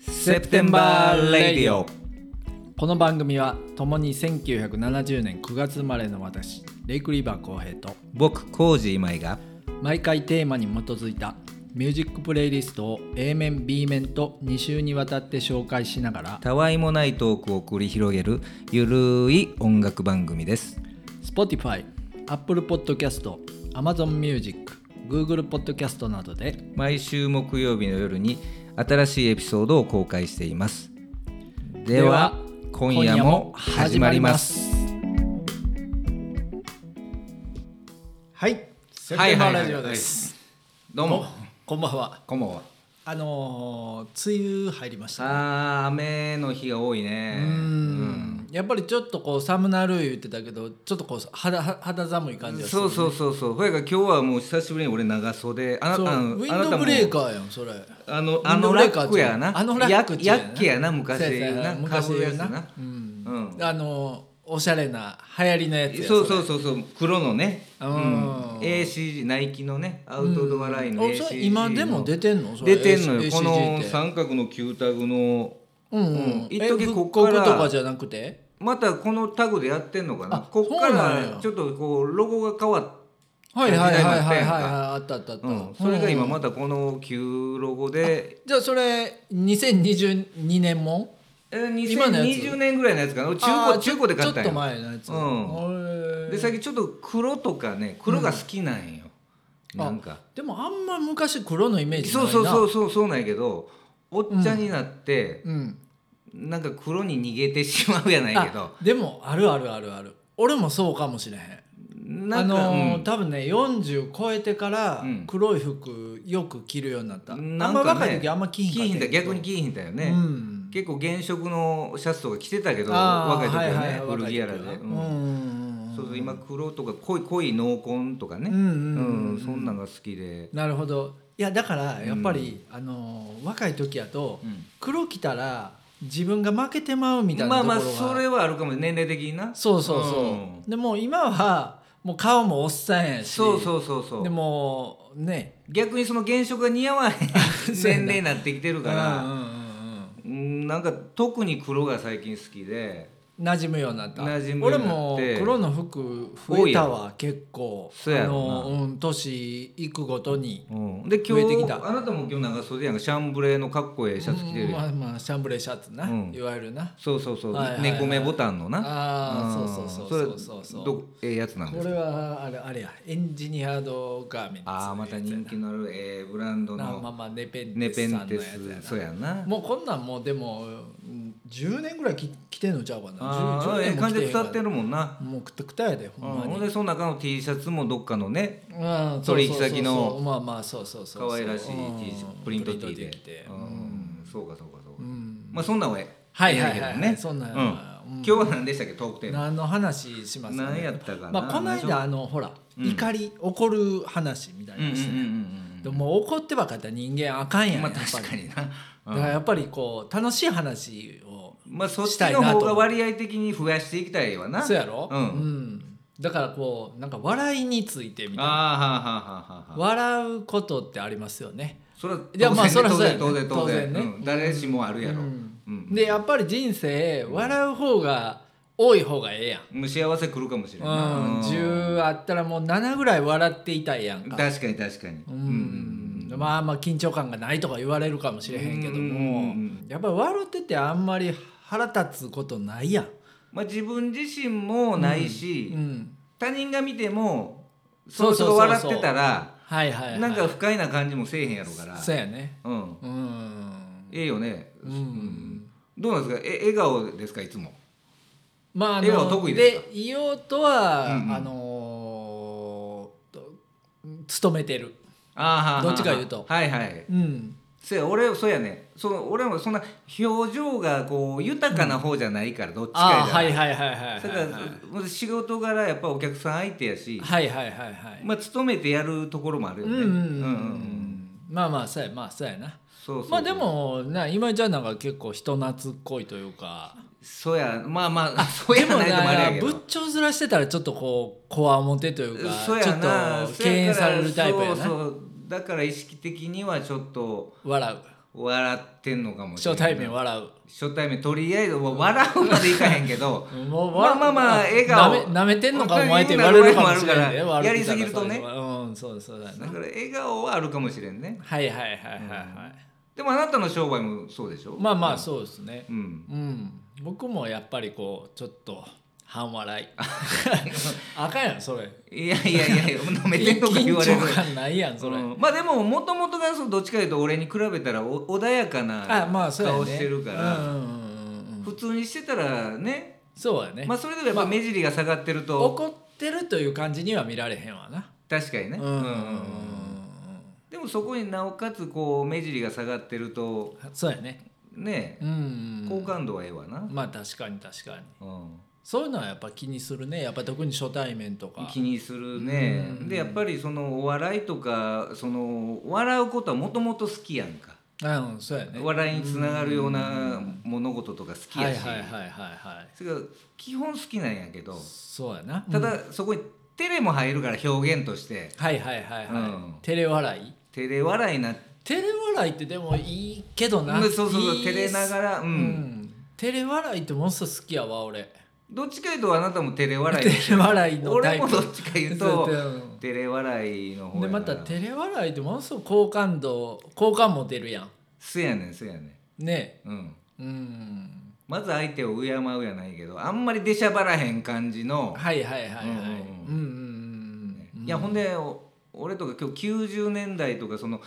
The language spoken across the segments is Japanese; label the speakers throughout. Speaker 1: セプテンバーレディオ
Speaker 2: この番組は共に1970年9月生まれの私レイク・リーバー浩平と
Speaker 1: 僕コージ今井が
Speaker 2: 毎回テーマに基づいたミュージックプレイリストを A 面 B 面と2週にわたって紹介しながら
Speaker 1: たわいもないトークを繰り広げるゆるい音楽番組です
Speaker 2: Spotify、Apple Podcast、Amazon Music、Google Podcast などで
Speaker 1: 毎週木曜日の夜に新しいエピソードを公開していますでは
Speaker 2: では
Speaker 1: 今夜も始まります
Speaker 2: はい、セ
Speaker 1: プテンバーラジオです。どうも
Speaker 2: こんばんは。
Speaker 1: こんばんは
Speaker 2: あのー、梅雨入りましたね。
Speaker 1: あー雨の日が多いね
Speaker 2: うーんやっぱりちょっとこう寒なる言ってたけどちょっとこう肌肌寒い感じがする
Speaker 1: そうそうそうそうほやから今日はもう久しぶりに俺長袖あな
Speaker 2: そう
Speaker 1: たあの
Speaker 2: ウ
Speaker 1: あな
Speaker 2: ィ
Speaker 1: た
Speaker 2: ンド
Speaker 1: も
Speaker 2: ブレーカーやんそれ
Speaker 1: あの
Speaker 2: ウィ
Speaker 1: あ
Speaker 2: ンド
Speaker 1: の
Speaker 2: ブレ
Speaker 1: ラ
Speaker 2: ーカー
Speaker 1: ックやな
Speaker 2: あのラックっちゅう
Speaker 1: や
Speaker 2: や
Speaker 1: や
Speaker 2: な
Speaker 1: っけやな昔
Speaker 2: そうやそうや
Speaker 1: な
Speaker 2: 昔
Speaker 1: かぶるやつ
Speaker 2: な
Speaker 1: な
Speaker 2: う
Speaker 1: うん
Speaker 2: んあのおしゃれな流行りのやつや
Speaker 1: そうそううそうそう黒のね、
Speaker 2: うん
Speaker 1: うん、AC ナイキのねアウトドアラインの
Speaker 2: あ
Speaker 1: ACG
Speaker 2: そ
Speaker 1: の
Speaker 2: れ今でも出てんのそれ
Speaker 1: 出てんの
Speaker 2: AC
Speaker 1: よこの
Speaker 2: って
Speaker 1: 三角の球タグの
Speaker 2: うんう
Speaker 1: うん
Speaker 2: ん
Speaker 1: 一
Speaker 2: え
Speaker 1: 時こ
Speaker 2: 復
Speaker 1: っか
Speaker 2: 刻
Speaker 1: ら
Speaker 2: とかじゃなくて
Speaker 1: またこのタグでやってんのかな
Speaker 2: あ
Speaker 1: こっか
Speaker 2: そうなん
Speaker 1: ら
Speaker 2: や
Speaker 1: ちょっとこうロゴが変わっ
Speaker 2: はいはいはいはいはい
Speaker 1: 時代もあ
Speaker 2: は
Speaker 1: ったやんか
Speaker 2: いあったあったあった
Speaker 1: た、うん、それが今
Speaker 2: うん
Speaker 1: またこの旧ロゴで、
Speaker 2: じゃあそれ2022年も
Speaker 1: えー
Speaker 2: 今のやつ
Speaker 1: 2020年ぐらいのやつかな俺中
Speaker 2: あ
Speaker 1: 古
Speaker 2: ーち
Speaker 1: 中
Speaker 2: ょ
Speaker 1: 古で買ったん
Speaker 2: ちょっと
Speaker 1: よ
Speaker 2: 前のやつ、
Speaker 1: う
Speaker 2: へー
Speaker 1: で最近ちょっと黒とかね黒が好きなんよ、
Speaker 2: うん
Speaker 1: なんか
Speaker 2: でもあんま昔黒のイメージない
Speaker 1: そう
Speaker 2: な
Speaker 1: そうそうそうそうなんやけどおっちゃんになって、
Speaker 2: うん、
Speaker 1: なんか黒に逃げてしまうやないけど
Speaker 2: あでもあるあるあるある俺もそうかもしれへん
Speaker 1: な
Speaker 2: あ
Speaker 1: んか、
Speaker 2: のー
Speaker 1: うん
Speaker 2: 多分ね40超えてから
Speaker 1: うん
Speaker 2: 黒い服よく着るようになった、
Speaker 1: な
Speaker 2: あん
Speaker 1: か
Speaker 2: ま
Speaker 1: ね
Speaker 2: 若い時あんま着ひんかった
Speaker 1: 着ひんだ逆に着ひんだよね、
Speaker 2: うん
Speaker 1: 結構原色のシャツとか着てたけど
Speaker 2: あ
Speaker 1: 若い
Speaker 2: ー
Speaker 1: 時はね、
Speaker 2: はいはい
Speaker 1: 古着やらで、
Speaker 2: 若い時
Speaker 1: う
Speaker 2: は
Speaker 1: ん
Speaker 2: うん
Speaker 1: そうそう今黒とか濃い濃い濃紺とかね、
Speaker 2: うんうんうんうん
Speaker 1: そんなんが好きで、
Speaker 2: なるほどいやだからやっぱり、あのー若い時やと
Speaker 1: うん
Speaker 2: 黒着たら自分が負けてまうみたいな
Speaker 1: まあ
Speaker 2: ところ
Speaker 1: ま
Speaker 2: が、
Speaker 1: あそれはあるかも年齢的にな
Speaker 2: そうそうそう、
Speaker 1: うん
Speaker 2: でも今はもう顔もおっさんやし
Speaker 1: そうそうそうそう
Speaker 2: でもね
Speaker 1: 逆にその原色が似合わへん
Speaker 2: そうや
Speaker 1: 年
Speaker 2: な
Speaker 1: 齢になってきてるか
Speaker 2: うんう
Speaker 1: ら
Speaker 2: んうん
Speaker 1: うんなんか特に黒が最近好きで
Speaker 2: うん馴染むようになった
Speaker 1: 馴染むよう
Speaker 2: 俺
Speaker 1: になっ
Speaker 2: も
Speaker 1: て
Speaker 2: 黒の服増えたわ結構
Speaker 1: そうや
Speaker 2: あ
Speaker 1: ろな
Speaker 2: の、うん、年いくごとに
Speaker 1: うんで
Speaker 2: 増
Speaker 1: 今
Speaker 2: えて
Speaker 1: 日
Speaker 2: きた
Speaker 1: あなたも今日長袖やんかシャンブレーのかっこええシャツ着てるやん、
Speaker 2: まあまあシャンブレーシャツな、
Speaker 1: うん
Speaker 2: いわゆるな
Speaker 1: そうそうそう、
Speaker 2: はいはいはい
Speaker 1: 猫目ボタンのな
Speaker 2: あー
Speaker 1: ん
Speaker 2: そうそう
Speaker 1: れ
Speaker 2: そうそうそうそう
Speaker 1: どええやつなんで
Speaker 2: こ
Speaker 1: す
Speaker 2: れ
Speaker 1: か
Speaker 2: はあれあれやエンジニアードガーメンツ
Speaker 1: ああまた人気のあるええブランド
Speaker 2: なまあ
Speaker 1: の
Speaker 2: まあネペン
Speaker 1: ネ
Speaker 2: テ
Speaker 1: ペ
Speaker 2: スさ
Speaker 1: ン
Speaker 2: んの
Speaker 1: テ
Speaker 2: やつやな
Speaker 1: スそうやんな
Speaker 2: もうこんなんもうでもうん10年ぐらいき着てんのちゃうかな
Speaker 1: あ
Speaker 2: 10
Speaker 1: あええ
Speaker 2: 年も
Speaker 1: 感
Speaker 2: 着
Speaker 1: じ
Speaker 2: て
Speaker 1: で
Speaker 2: へ
Speaker 1: 伝
Speaker 2: んか
Speaker 1: わってるもんな
Speaker 2: らもうくたくたやでほ
Speaker 1: うん
Speaker 2: んまに
Speaker 1: ほんでその中の T シャツもどっかのね
Speaker 2: うん
Speaker 1: 取引先の
Speaker 2: そうそうそうそうまあまあそうそうそうそう
Speaker 1: 可愛らしい T シャ
Speaker 2: うん
Speaker 1: ツプリント T
Speaker 2: プリ
Speaker 1: で
Speaker 2: ント T 着て
Speaker 1: う
Speaker 2: うん
Speaker 1: んそうかそうかそうか
Speaker 2: うん
Speaker 1: まあそんなんはええ
Speaker 2: はいはい
Speaker 1: ええ
Speaker 2: はい
Speaker 1: けどね
Speaker 2: そんなん
Speaker 1: う
Speaker 2: やなうん
Speaker 1: 今日は何でしたっけトークテーマ
Speaker 2: 何の話します
Speaker 1: 何やったかな
Speaker 2: まあこの間あのほら
Speaker 1: うん
Speaker 2: 怒り怒る話みたい
Speaker 1: うんう
Speaker 2: なん
Speaker 1: うん
Speaker 2: して
Speaker 1: うんうん
Speaker 2: でももう怒ってばっかりやったら人間あかんやん
Speaker 1: まあ
Speaker 2: やっぱり
Speaker 1: 確か になう
Speaker 2: だ
Speaker 1: ん
Speaker 2: からやっぱりこう楽しい話を
Speaker 1: まあそっち
Speaker 2: したい
Speaker 1: の
Speaker 2: なと
Speaker 1: 方が割合的に増やしていきたいわな
Speaker 2: そうやろ
Speaker 1: うん
Speaker 2: んだからこうなんか笑いについてみたいな
Speaker 1: ああはあはあはあはあ
Speaker 2: 笑うことってありますよね
Speaker 1: それは当
Speaker 2: いやまあ
Speaker 1: 然
Speaker 2: そらそうや
Speaker 1: ね
Speaker 2: ね
Speaker 1: 当然当
Speaker 2: 当
Speaker 1: 然
Speaker 2: 然ね
Speaker 1: うん誰しもあるやろ
Speaker 2: うん
Speaker 1: うん
Speaker 2: でやっぱり人生笑う方が多い方がええやん
Speaker 1: もう幸せ来るかもしれん
Speaker 2: う
Speaker 1: ない
Speaker 2: ん、10あったらもう7ぐらい笑っていたいやんか
Speaker 1: 確かに確かにう
Speaker 2: うんんまあまあ緊張感がないとか言われるかもしれへんけど
Speaker 1: うんう
Speaker 2: も
Speaker 1: ん
Speaker 2: やっぱり笑っててあんまり腹立つことないやん、
Speaker 1: まあ自分自身もないし
Speaker 2: うん、
Speaker 1: 他人が見てもそ
Speaker 2: そうう
Speaker 1: そ
Speaker 2: そううそう
Speaker 1: 笑ってたら
Speaker 2: はいはい、はい、
Speaker 1: なんか不快な感じもせえへんやろから
Speaker 2: そうやね
Speaker 1: うん
Speaker 2: うん
Speaker 1: ええよね
Speaker 2: うん、
Speaker 1: どうなんですかえ笑顔ですかいつも
Speaker 2: まああ
Speaker 1: 笑顔得意ですか
Speaker 2: でいようとは、
Speaker 1: うんうん
Speaker 2: あのーと勤めてる
Speaker 1: あ
Speaker 2: どっちかいうと
Speaker 1: はいはい
Speaker 2: うん
Speaker 1: せや俺そうやねその俺もそんな表情がこう豊かな方じゃないからどっちか
Speaker 2: ああ
Speaker 1: や
Speaker 2: はいはいはいはいはい
Speaker 1: だから仕事柄やっぱお客さん相手やし
Speaker 2: はいはいはいはい
Speaker 1: まあ勤めてやるところもあるよ
Speaker 2: うん
Speaker 1: ね
Speaker 2: うんう
Speaker 1: う
Speaker 2: んうん
Speaker 1: うん
Speaker 2: んまあまあそうやまあそうやな
Speaker 1: そうそう
Speaker 2: まあでもな今井ちゃんなんか結構人懐っこいというか
Speaker 1: そうやまあまあそうや
Speaker 2: でも
Speaker 1: ないともあれやけど
Speaker 2: ぶっちょずらしてたらちょっとこうこわもてというか
Speaker 1: そうやな
Speaker 2: ちょっと敬遠されるタイプやな
Speaker 1: そうそうだから意識的にはちょっと
Speaker 2: 笑う
Speaker 1: 笑ってんのかもしれ
Speaker 2: 初
Speaker 1: ない
Speaker 2: 対面笑
Speaker 1: 初対面とりあえずわ笑うまでいかへんけど
Speaker 2: うもう
Speaker 1: まあまあまあ笑顔
Speaker 2: なめ舐めてんのかお前って言われるかもしれ
Speaker 1: うん
Speaker 2: な
Speaker 1: ないる
Speaker 2: ね
Speaker 1: ほど
Speaker 2: 笑
Speaker 1: や
Speaker 2: っ
Speaker 1: り
Speaker 2: て
Speaker 1: す
Speaker 2: たら
Speaker 1: ぎるとね
Speaker 2: それはうんそうそうだ
Speaker 1: だ
Speaker 2: ね
Speaker 1: から笑顔はあるかもしれんね
Speaker 2: はいはいはいはいは
Speaker 1: でもあなたの商売もそうでしょ
Speaker 2: いまあまあそうですね
Speaker 1: うん
Speaker 2: うん僕もやっぱりこうちょっと半 笑いあかんやんそれ
Speaker 1: いやいやいやいや舐めてんのか言われる
Speaker 2: 緊張感ないやんそれ、
Speaker 1: うんまあでももともとがそうどっちかというと俺に比べたらお穏やかな
Speaker 2: あまあそうやね
Speaker 1: 顔してるから、
Speaker 2: うんうんうんうん
Speaker 1: 普通にしてたらね、
Speaker 2: そうやね、
Speaker 1: まあそれでもやっぱ目尻が下がってると
Speaker 2: 怒ってるという感じには見られへんわな
Speaker 1: 確かに
Speaker 2: う
Speaker 1: ね、
Speaker 2: んうんうん
Speaker 1: うんうんうんでもそこになおかつこう目尻が下がってると
Speaker 2: うんそうやね
Speaker 1: ね
Speaker 2: うんうん
Speaker 1: 好感度はええわな、
Speaker 2: まあ確かに確かに
Speaker 1: うん
Speaker 2: そういうのはやっぱ気にするねやっぱ特に初対面とか
Speaker 1: 気にするね、
Speaker 2: うん
Speaker 1: でやっぱりそのお笑いとかその笑うことはもともと好きやんか
Speaker 2: うんそうやね
Speaker 1: 笑いにつながるような物事とか好き
Speaker 2: はいは
Speaker 1: や
Speaker 2: い
Speaker 1: し、
Speaker 2: はいはいはい
Speaker 1: それが基本好きなんやけど
Speaker 2: そうやな
Speaker 1: た
Speaker 2: うん
Speaker 1: だそこにテレも入るから表現として
Speaker 2: はいはいはいはい、
Speaker 1: うん
Speaker 2: 照れ笑い
Speaker 1: 照れ笑いな
Speaker 2: 照れ笑いってでもいいけどな
Speaker 1: そうそうそう
Speaker 2: いい
Speaker 1: 照れながらう、
Speaker 2: うんん照れ笑いってものすごく好きやわ俺
Speaker 1: どっちかいうとあなたも照れ笑い
Speaker 2: 照れ笑いのタ
Speaker 1: 俺
Speaker 2: イプ
Speaker 1: もどっちかいう
Speaker 2: そう
Speaker 1: と
Speaker 2: やってうん
Speaker 1: 照れ笑いの方
Speaker 2: で
Speaker 1: やか
Speaker 2: ま
Speaker 1: ら
Speaker 2: た照れ笑いってものすごく好感度好感も出るやん
Speaker 1: そうやねんそうやねん
Speaker 2: ね
Speaker 1: うん
Speaker 2: うん
Speaker 1: まず相手を敬うやないけどあんまり出しゃばらへん感じの、
Speaker 2: はいはいはいはい
Speaker 1: うん
Speaker 2: うんうんうん
Speaker 1: いやほんでお俺とか今日90年代とかその、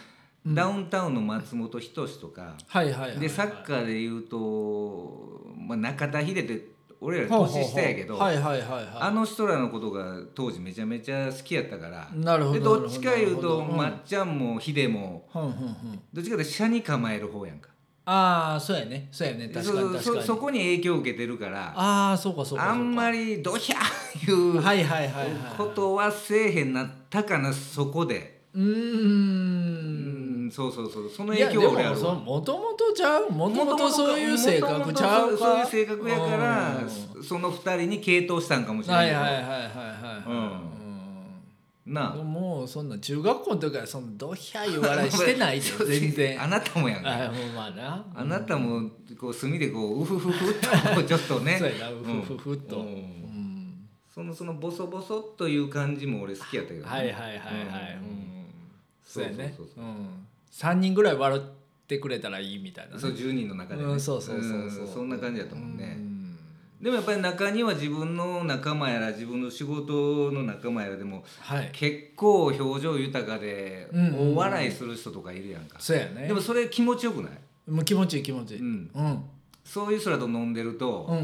Speaker 1: ダウンタウンの松本人志とか、
Speaker 2: はいはいはいはい
Speaker 1: でサッカーでいうと、まあ、中田秀って俺らより
Speaker 2: ほうほうほう
Speaker 1: 年下やけど、
Speaker 2: はいはいはいはい
Speaker 1: あの人らのことが当時めちゃめちゃ好きやったから
Speaker 2: なるほど
Speaker 1: でどっちかいう
Speaker 2: な
Speaker 1: と
Speaker 2: るほどうん
Speaker 1: まっちゃんも秀も
Speaker 2: ふんふんふん
Speaker 1: どっちかというと社に構える方やんか
Speaker 2: ああそうやねそうやね確か
Speaker 1: そ
Speaker 2: に確
Speaker 1: そ
Speaker 2: かに
Speaker 1: そこに影響を受けてるから
Speaker 2: ああそうかそうかそうか
Speaker 1: あんまりドヒャーいう
Speaker 2: はいはいはいはい
Speaker 1: ことはせえへんなったかなそこで
Speaker 2: うーん
Speaker 1: うんそうそうそうその
Speaker 2: いや
Speaker 1: 影
Speaker 2: で
Speaker 1: 響は俺あ
Speaker 2: も
Speaker 1: る
Speaker 2: そ
Speaker 1: わ
Speaker 2: もともとちゃうもとも
Speaker 1: 元
Speaker 2: と
Speaker 1: 々
Speaker 2: そういう性格ちゃ
Speaker 1: 元々そう
Speaker 2: うか
Speaker 1: そういう性格やか
Speaker 2: う
Speaker 1: ら
Speaker 2: ん
Speaker 1: その二人に傾倒したんかもしれな
Speaker 2: はいい
Speaker 1: けど
Speaker 2: はいはいはいはいはい
Speaker 1: な
Speaker 2: う
Speaker 1: あ
Speaker 2: んもうそんな中学校の時からそのドヒャいう笑いして ないで全然
Speaker 1: あなたもやんか
Speaker 2: あほんまな
Speaker 1: あなたもこう墨でこううふふふっとこうちょっとね
Speaker 2: そうやな
Speaker 1: うん
Speaker 2: ふふふっと
Speaker 1: うん
Speaker 2: うん
Speaker 1: そのそのボソボソという感じも俺好きやったけどね
Speaker 2: はいはいはいは
Speaker 1: うん
Speaker 2: いうんそうやね
Speaker 1: そうそう
Speaker 2: うん三人ぐらい笑ってくれたらいいみたいなね
Speaker 1: そう10人の中でね
Speaker 2: うんそうそうそう
Speaker 1: う
Speaker 2: そうん
Speaker 1: そんな感じやったもん
Speaker 2: う
Speaker 1: ね
Speaker 2: ん
Speaker 1: でもやっぱり中には自分の仲間やら自分の仕事の仲間やらでも
Speaker 2: はい
Speaker 1: 結構表情豊かで
Speaker 2: うんうんうん
Speaker 1: お笑いする人とかいるやんか
Speaker 2: そうやね
Speaker 1: でもそれ気持ちよくない
Speaker 2: もう気持ちいい気持ちいい
Speaker 1: うん
Speaker 2: うん
Speaker 1: そういう人らと飲んでる
Speaker 2: うん
Speaker 1: と
Speaker 2: うん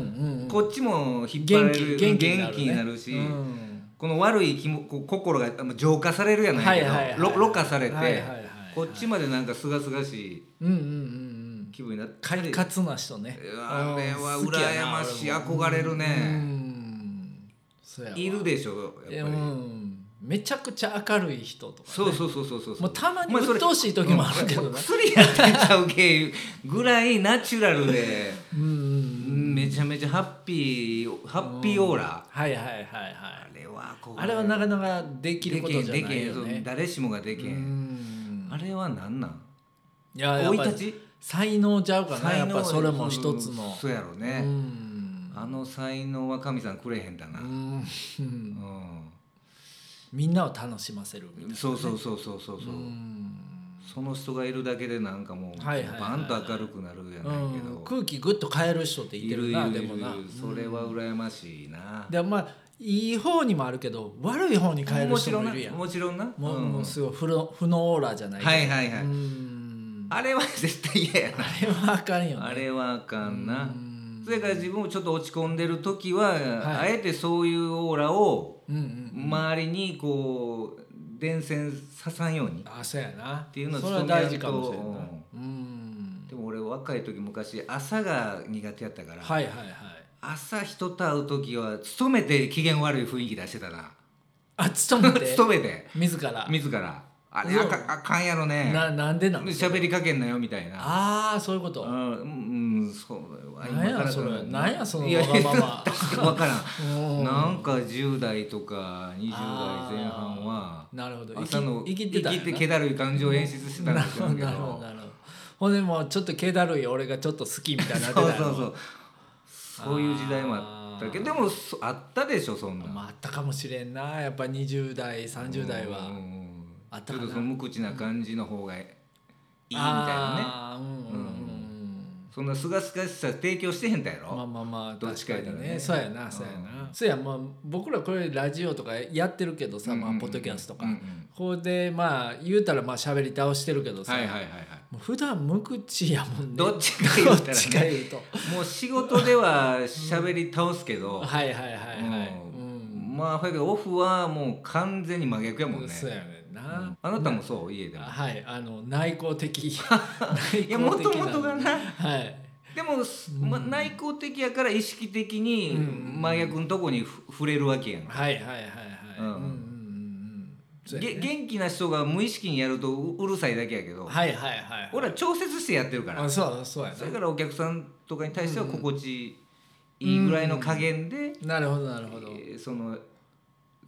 Speaker 2: うん
Speaker 1: こっちも引っ張ら
Speaker 2: 元
Speaker 1: れ
Speaker 2: 気
Speaker 1: る
Speaker 2: 元気になる,、ね、
Speaker 1: 気になるし
Speaker 2: うん
Speaker 1: この悪い気もこ心があの浄化されるやないけど、
Speaker 2: はいはいはい
Speaker 1: ろろ過されて、
Speaker 2: はいはいはいはい
Speaker 1: こっちまでなんかすがすがしい
Speaker 2: うんうんうんうん
Speaker 1: 気分になって
Speaker 2: 快活な人ね
Speaker 1: うわあれは
Speaker 2: うん好きやな
Speaker 1: 羨ましい
Speaker 2: 俺も
Speaker 1: 憧れるね
Speaker 2: うんそうやわ
Speaker 1: いるでしょ
Speaker 2: いや
Speaker 1: やっぱり、
Speaker 2: うんめちゃくちゃ明るい人とか
Speaker 1: そうそうそうそうそう
Speaker 2: もうたまに
Speaker 1: お前それ
Speaker 2: 鬱陶しい時もあるけど
Speaker 1: うん
Speaker 2: な
Speaker 1: 薬やってんちゃうけいうぐらいナチュラルで
Speaker 2: うんうん
Speaker 1: めちゃめちゃハッピーハッピーオーラ
Speaker 2: はいはいはいは
Speaker 1: あ
Speaker 2: い
Speaker 1: れは憧れ
Speaker 2: あれはなかなかできることじゃな
Speaker 1: でけんでけ
Speaker 2: い
Speaker 1: ん
Speaker 2: よ
Speaker 1: そう
Speaker 2: ね
Speaker 1: 誰しもがで
Speaker 2: う
Speaker 1: けん
Speaker 2: ん
Speaker 1: あれはなんなん
Speaker 2: いややっ
Speaker 1: 生い
Speaker 2: ぱ
Speaker 1: 立
Speaker 2: り
Speaker 1: ち
Speaker 2: 才能ちゃうかなやっぱそれも一つ
Speaker 1: うん
Speaker 2: の
Speaker 1: そうやろ
Speaker 2: う
Speaker 1: ね、
Speaker 2: ん
Speaker 1: あの才能は神さんくれへんだな、
Speaker 2: う
Speaker 1: うん
Speaker 2: んみんなを楽しませるみたいな
Speaker 1: そうそうそうそうそうそう、
Speaker 2: うん
Speaker 1: その人がいるだけでなんかもう
Speaker 2: はいはいはい
Speaker 1: バンと明るくなるやないけ
Speaker 2: うん
Speaker 1: ど、
Speaker 2: 空気ぐっと変える人ってい
Speaker 1: い
Speaker 2: て
Speaker 1: る
Speaker 2: る
Speaker 1: い
Speaker 2: な
Speaker 1: るい
Speaker 2: で
Speaker 1: る
Speaker 2: もな
Speaker 1: それは羨ましいな、
Speaker 2: でまあいい方にもあるけど悪い方に変える
Speaker 1: もちろ
Speaker 2: 人
Speaker 1: ん
Speaker 2: も
Speaker 1: ない
Speaker 2: るやんも
Speaker 1: もちろんな
Speaker 2: う
Speaker 1: うん
Speaker 2: もうすごい不能不能オーラじゃないけど
Speaker 1: はいはいはい、
Speaker 2: うん
Speaker 1: あれは絶対嫌やな
Speaker 2: あれはあかんよね
Speaker 1: あれはあかんな、
Speaker 2: うん
Speaker 1: それから自分もちょっと落ち込んでる時は、
Speaker 2: は
Speaker 1: あえてそういうオーラを
Speaker 2: うんうん
Speaker 1: 周りにこう伝染ささんように
Speaker 2: あそうやなって
Speaker 1: いうのは
Speaker 2: それは大事かもしれんな
Speaker 1: 勤め
Speaker 2: い
Speaker 1: やん
Speaker 2: うん
Speaker 1: でも俺若い時昔朝が苦手やったから、
Speaker 2: はいはいはい
Speaker 1: 朝人と会う時は勤めて機嫌悪い雰囲気出してたな
Speaker 2: あ勤め て
Speaker 1: 勤めて
Speaker 2: 自ら
Speaker 1: 自らあれ
Speaker 2: うわ
Speaker 1: あかあかんやろね
Speaker 2: ななんでなの
Speaker 1: 喋りかけんなよみたいな
Speaker 2: ああそういうこ
Speaker 1: う
Speaker 2: と
Speaker 1: んうんそうは
Speaker 2: なんや
Speaker 1: から
Speaker 2: それ
Speaker 1: だな
Speaker 2: なんやその
Speaker 1: いや
Speaker 2: わがまま
Speaker 1: 確か分からん
Speaker 2: うん
Speaker 1: なんか10代とか20代
Speaker 2: あー
Speaker 1: 前半は
Speaker 2: なるほど
Speaker 1: 朝の
Speaker 2: 生き生きてたんやな
Speaker 1: けだるい感情を演出してたんですけど
Speaker 2: なるほどなるほどほんでもうちょっと気だるい俺がちょっと好きみたいになってた
Speaker 1: そう
Speaker 2: やろ
Speaker 1: そうそうそういう時代もあったけどでもそあったでしょそんな
Speaker 2: まあ、あったかもしれんなやっぱ20代30代は
Speaker 1: うんうん
Speaker 2: あった
Speaker 1: ちょ
Speaker 2: か
Speaker 1: っ
Speaker 2: な
Speaker 1: とその無口な感じの方がいいみたいなね
Speaker 2: あーうんうんうん
Speaker 1: そんなすがすがしさ提供してへんたやろ、
Speaker 2: まあまあまあ
Speaker 1: どっちかやったらね
Speaker 2: 確にそうやなそうやな、そうやまあ僕らこれラジオとかやってるけどさ、
Speaker 1: うんうんうん
Speaker 2: まあポッドキャストとか、
Speaker 1: うんうん
Speaker 2: ここでまあ言うたらまあ喋り倒してるけどさ、
Speaker 1: はいはいはいはい
Speaker 2: もう普段無口やもんね
Speaker 1: どっちか言ったら
Speaker 2: どっ
Speaker 1: ね
Speaker 2: ちか言うと
Speaker 1: もう仕事では喋り倒すけど、
Speaker 2: はいはいはいはい、
Speaker 1: う
Speaker 2: うん
Speaker 1: まあほやけどオフはもう完全に真逆やもんね、
Speaker 2: そうやねんな、
Speaker 1: うんあなたもそう家でも
Speaker 2: はいあの内 向的内
Speaker 1: いやもともとが
Speaker 2: な
Speaker 1: な
Speaker 2: はい
Speaker 1: でも、ま内向的やから意識的に
Speaker 2: うん
Speaker 1: 真逆のとこにふ触れるわけやん、
Speaker 2: はいはいはいはい。
Speaker 1: うん
Speaker 2: うんうんうんうんそうや
Speaker 1: げ
Speaker 2: ね
Speaker 1: 元気な人が無意識にやるとううるさいだけやけど、
Speaker 2: はいはいはい。
Speaker 1: 俺は調節してやってるから、
Speaker 2: あそうそうや
Speaker 1: それからお客さんとかに対しては心地いいぐらいの加減で、
Speaker 2: な。なるほどなるほど。はい
Speaker 1: えーその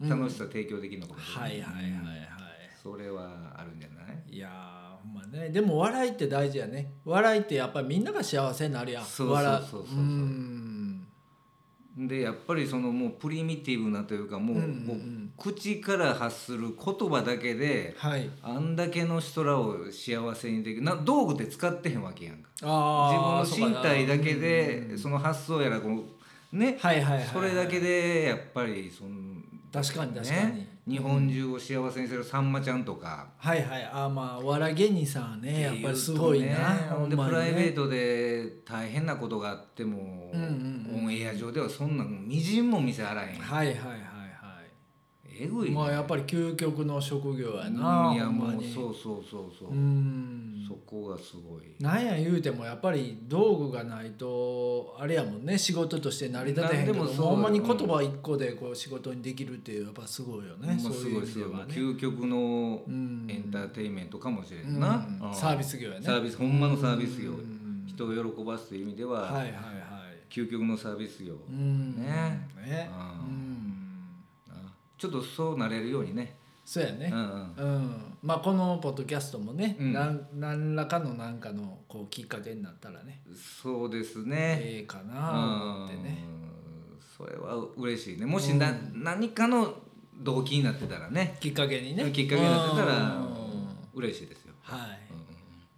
Speaker 1: 楽しさ提供できるのかもしれな、
Speaker 2: はいいはい
Speaker 1: それはあるんじゃない
Speaker 2: はい。いやーほんまね。でも笑いって大事やね。笑いってやっぱりみんなが幸せになるやん。
Speaker 1: そうそう
Speaker 2: 笑
Speaker 1: そうそうそう
Speaker 2: うん。
Speaker 1: でやっぱりそのもうプリミティブなというかもう,、
Speaker 2: うんうんうん
Speaker 1: もう口から発する言葉だけで
Speaker 2: はい。
Speaker 1: あんだけの人らを幸せにできるな道具って使ってへんわけやんか
Speaker 2: ああ。
Speaker 1: 自分の身体だけ
Speaker 2: そうかな。
Speaker 1: でその発想やらこのね、
Speaker 2: はいはいはいはい。
Speaker 1: それだけ。でやっぱりその
Speaker 2: 確かに確かに。
Speaker 1: ね日本中を幸せにするさんまちゃんとか、
Speaker 2: はいはい。あーまあお笑い芸人さんはねやっぱりすごいな。
Speaker 1: ほんで
Speaker 2: ほ
Speaker 1: プ
Speaker 2: んまに
Speaker 1: ラ
Speaker 2: ね
Speaker 1: イベートで大変なことがあっても、
Speaker 2: うんうんうん
Speaker 1: オンエア上ではそんなんみじんも見せあらへん
Speaker 2: はいはいはいはい。
Speaker 1: えぐいね
Speaker 2: まあやっぱり究極の職業やな。
Speaker 1: いや
Speaker 2: ほんま
Speaker 1: もう
Speaker 2: に
Speaker 1: そうそうそうそうう、
Speaker 2: ん
Speaker 1: そ。こがすごい
Speaker 2: なんや言うてもやっぱり道具がないとあれやもんね仕事として成り立てへんけ
Speaker 1: な
Speaker 2: ど
Speaker 1: んで
Speaker 2: も
Speaker 1: も
Speaker 2: う
Speaker 1: そうよ
Speaker 2: ほんまに言葉一個でこう仕事にできるっていうやっぱすごいよね。
Speaker 1: も
Speaker 2: そうう
Speaker 1: す
Speaker 2: い
Speaker 1: ご
Speaker 2: う
Speaker 1: い
Speaker 2: 意味
Speaker 1: す
Speaker 2: で
Speaker 1: ごい
Speaker 2: はね。
Speaker 1: 究極の
Speaker 2: うん
Speaker 1: エンターテインメントかもしれ
Speaker 2: うんん
Speaker 1: な、うん
Speaker 2: サービス業やね。
Speaker 1: サービスほんまのサービス業
Speaker 2: うん
Speaker 1: 人を喜ばすという意味では、
Speaker 2: はいはいはい。
Speaker 1: 究極のサービス業、
Speaker 2: うん。
Speaker 1: ね
Speaker 2: ね。
Speaker 1: あー
Speaker 2: うん。
Speaker 1: なちょっとそうなれるようにね
Speaker 2: そうやね
Speaker 1: う。ん
Speaker 2: うん。まあこのポッドキャストもね、
Speaker 1: うん
Speaker 2: なん何らかのなんかのこうきっかけになったらね。
Speaker 1: うん、そうですね、
Speaker 2: ええか
Speaker 1: う
Speaker 2: なっ
Speaker 1: ん
Speaker 2: てね。
Speaker 1: それは嬉しいねもしな、何かの動機になってたらね
Speaker 2: きっかけにね
Speaker 1: きっかけになってたら
Speaker 2: うん
Speaker 1: 嬉しいですよ、
Speaker 2: はい、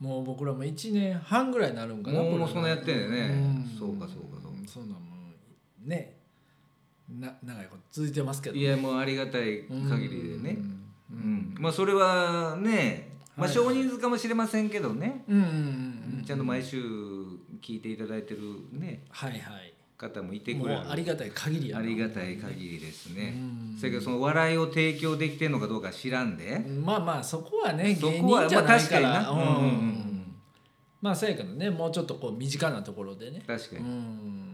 Speaker 1: うん
Speaker 2: もう僕らも1年半ぐらいになるんかな
Speaker 1: もう
Speaker 2: これ
Speaker 1: もうそんなやってんね
Speaker 2: うん
Speaker 1: そうかそうかそうか
Speaker 2: そんなんもうねな長いこと続いてますけど
Speaker 1: いやもうありがたい限りでね
Speaker 2: う
Speaker 1: うんん、まあそれはね、まあ、
Speaker 2: はい
Speaker 1: 少人数かもしれませんけどね、
Speaker 2: うんうんうんうん
Speaker 1: ちゃんと毎週聞いていただいてるね
Speaker 2: はいはい
Speaker 1: 方もいて
Speaker 2: も
Speaker 1: く
Speaker 2: う
Speaker 1: れる
Speaker 2: ありがたい限りや
Speaker 1: あ
Speaker 2: な
Speaker 1: りがたい限りですね
Speaker 2: うん
Speaker 1: それからその笑いを提供できてるのかどうか知らんで
Speaker 2: まあまあそこはね
Speaker 1: そ
Speaker 2: 芸
Speaker 1: こは
Speaker 2: 人じゃないから、
Speaker 1: まあ確かにな
Speaker 2: うんうんう
Speaker 1: うん
Speaker 2: ん
Speaker 1: うんうん
Speaker 2: まあそうやけどねもうちょっとこう身近なところでね
Speaker 1: 確か
Speaker 2: う
Speaker 1: に、
Speaker 2: んうん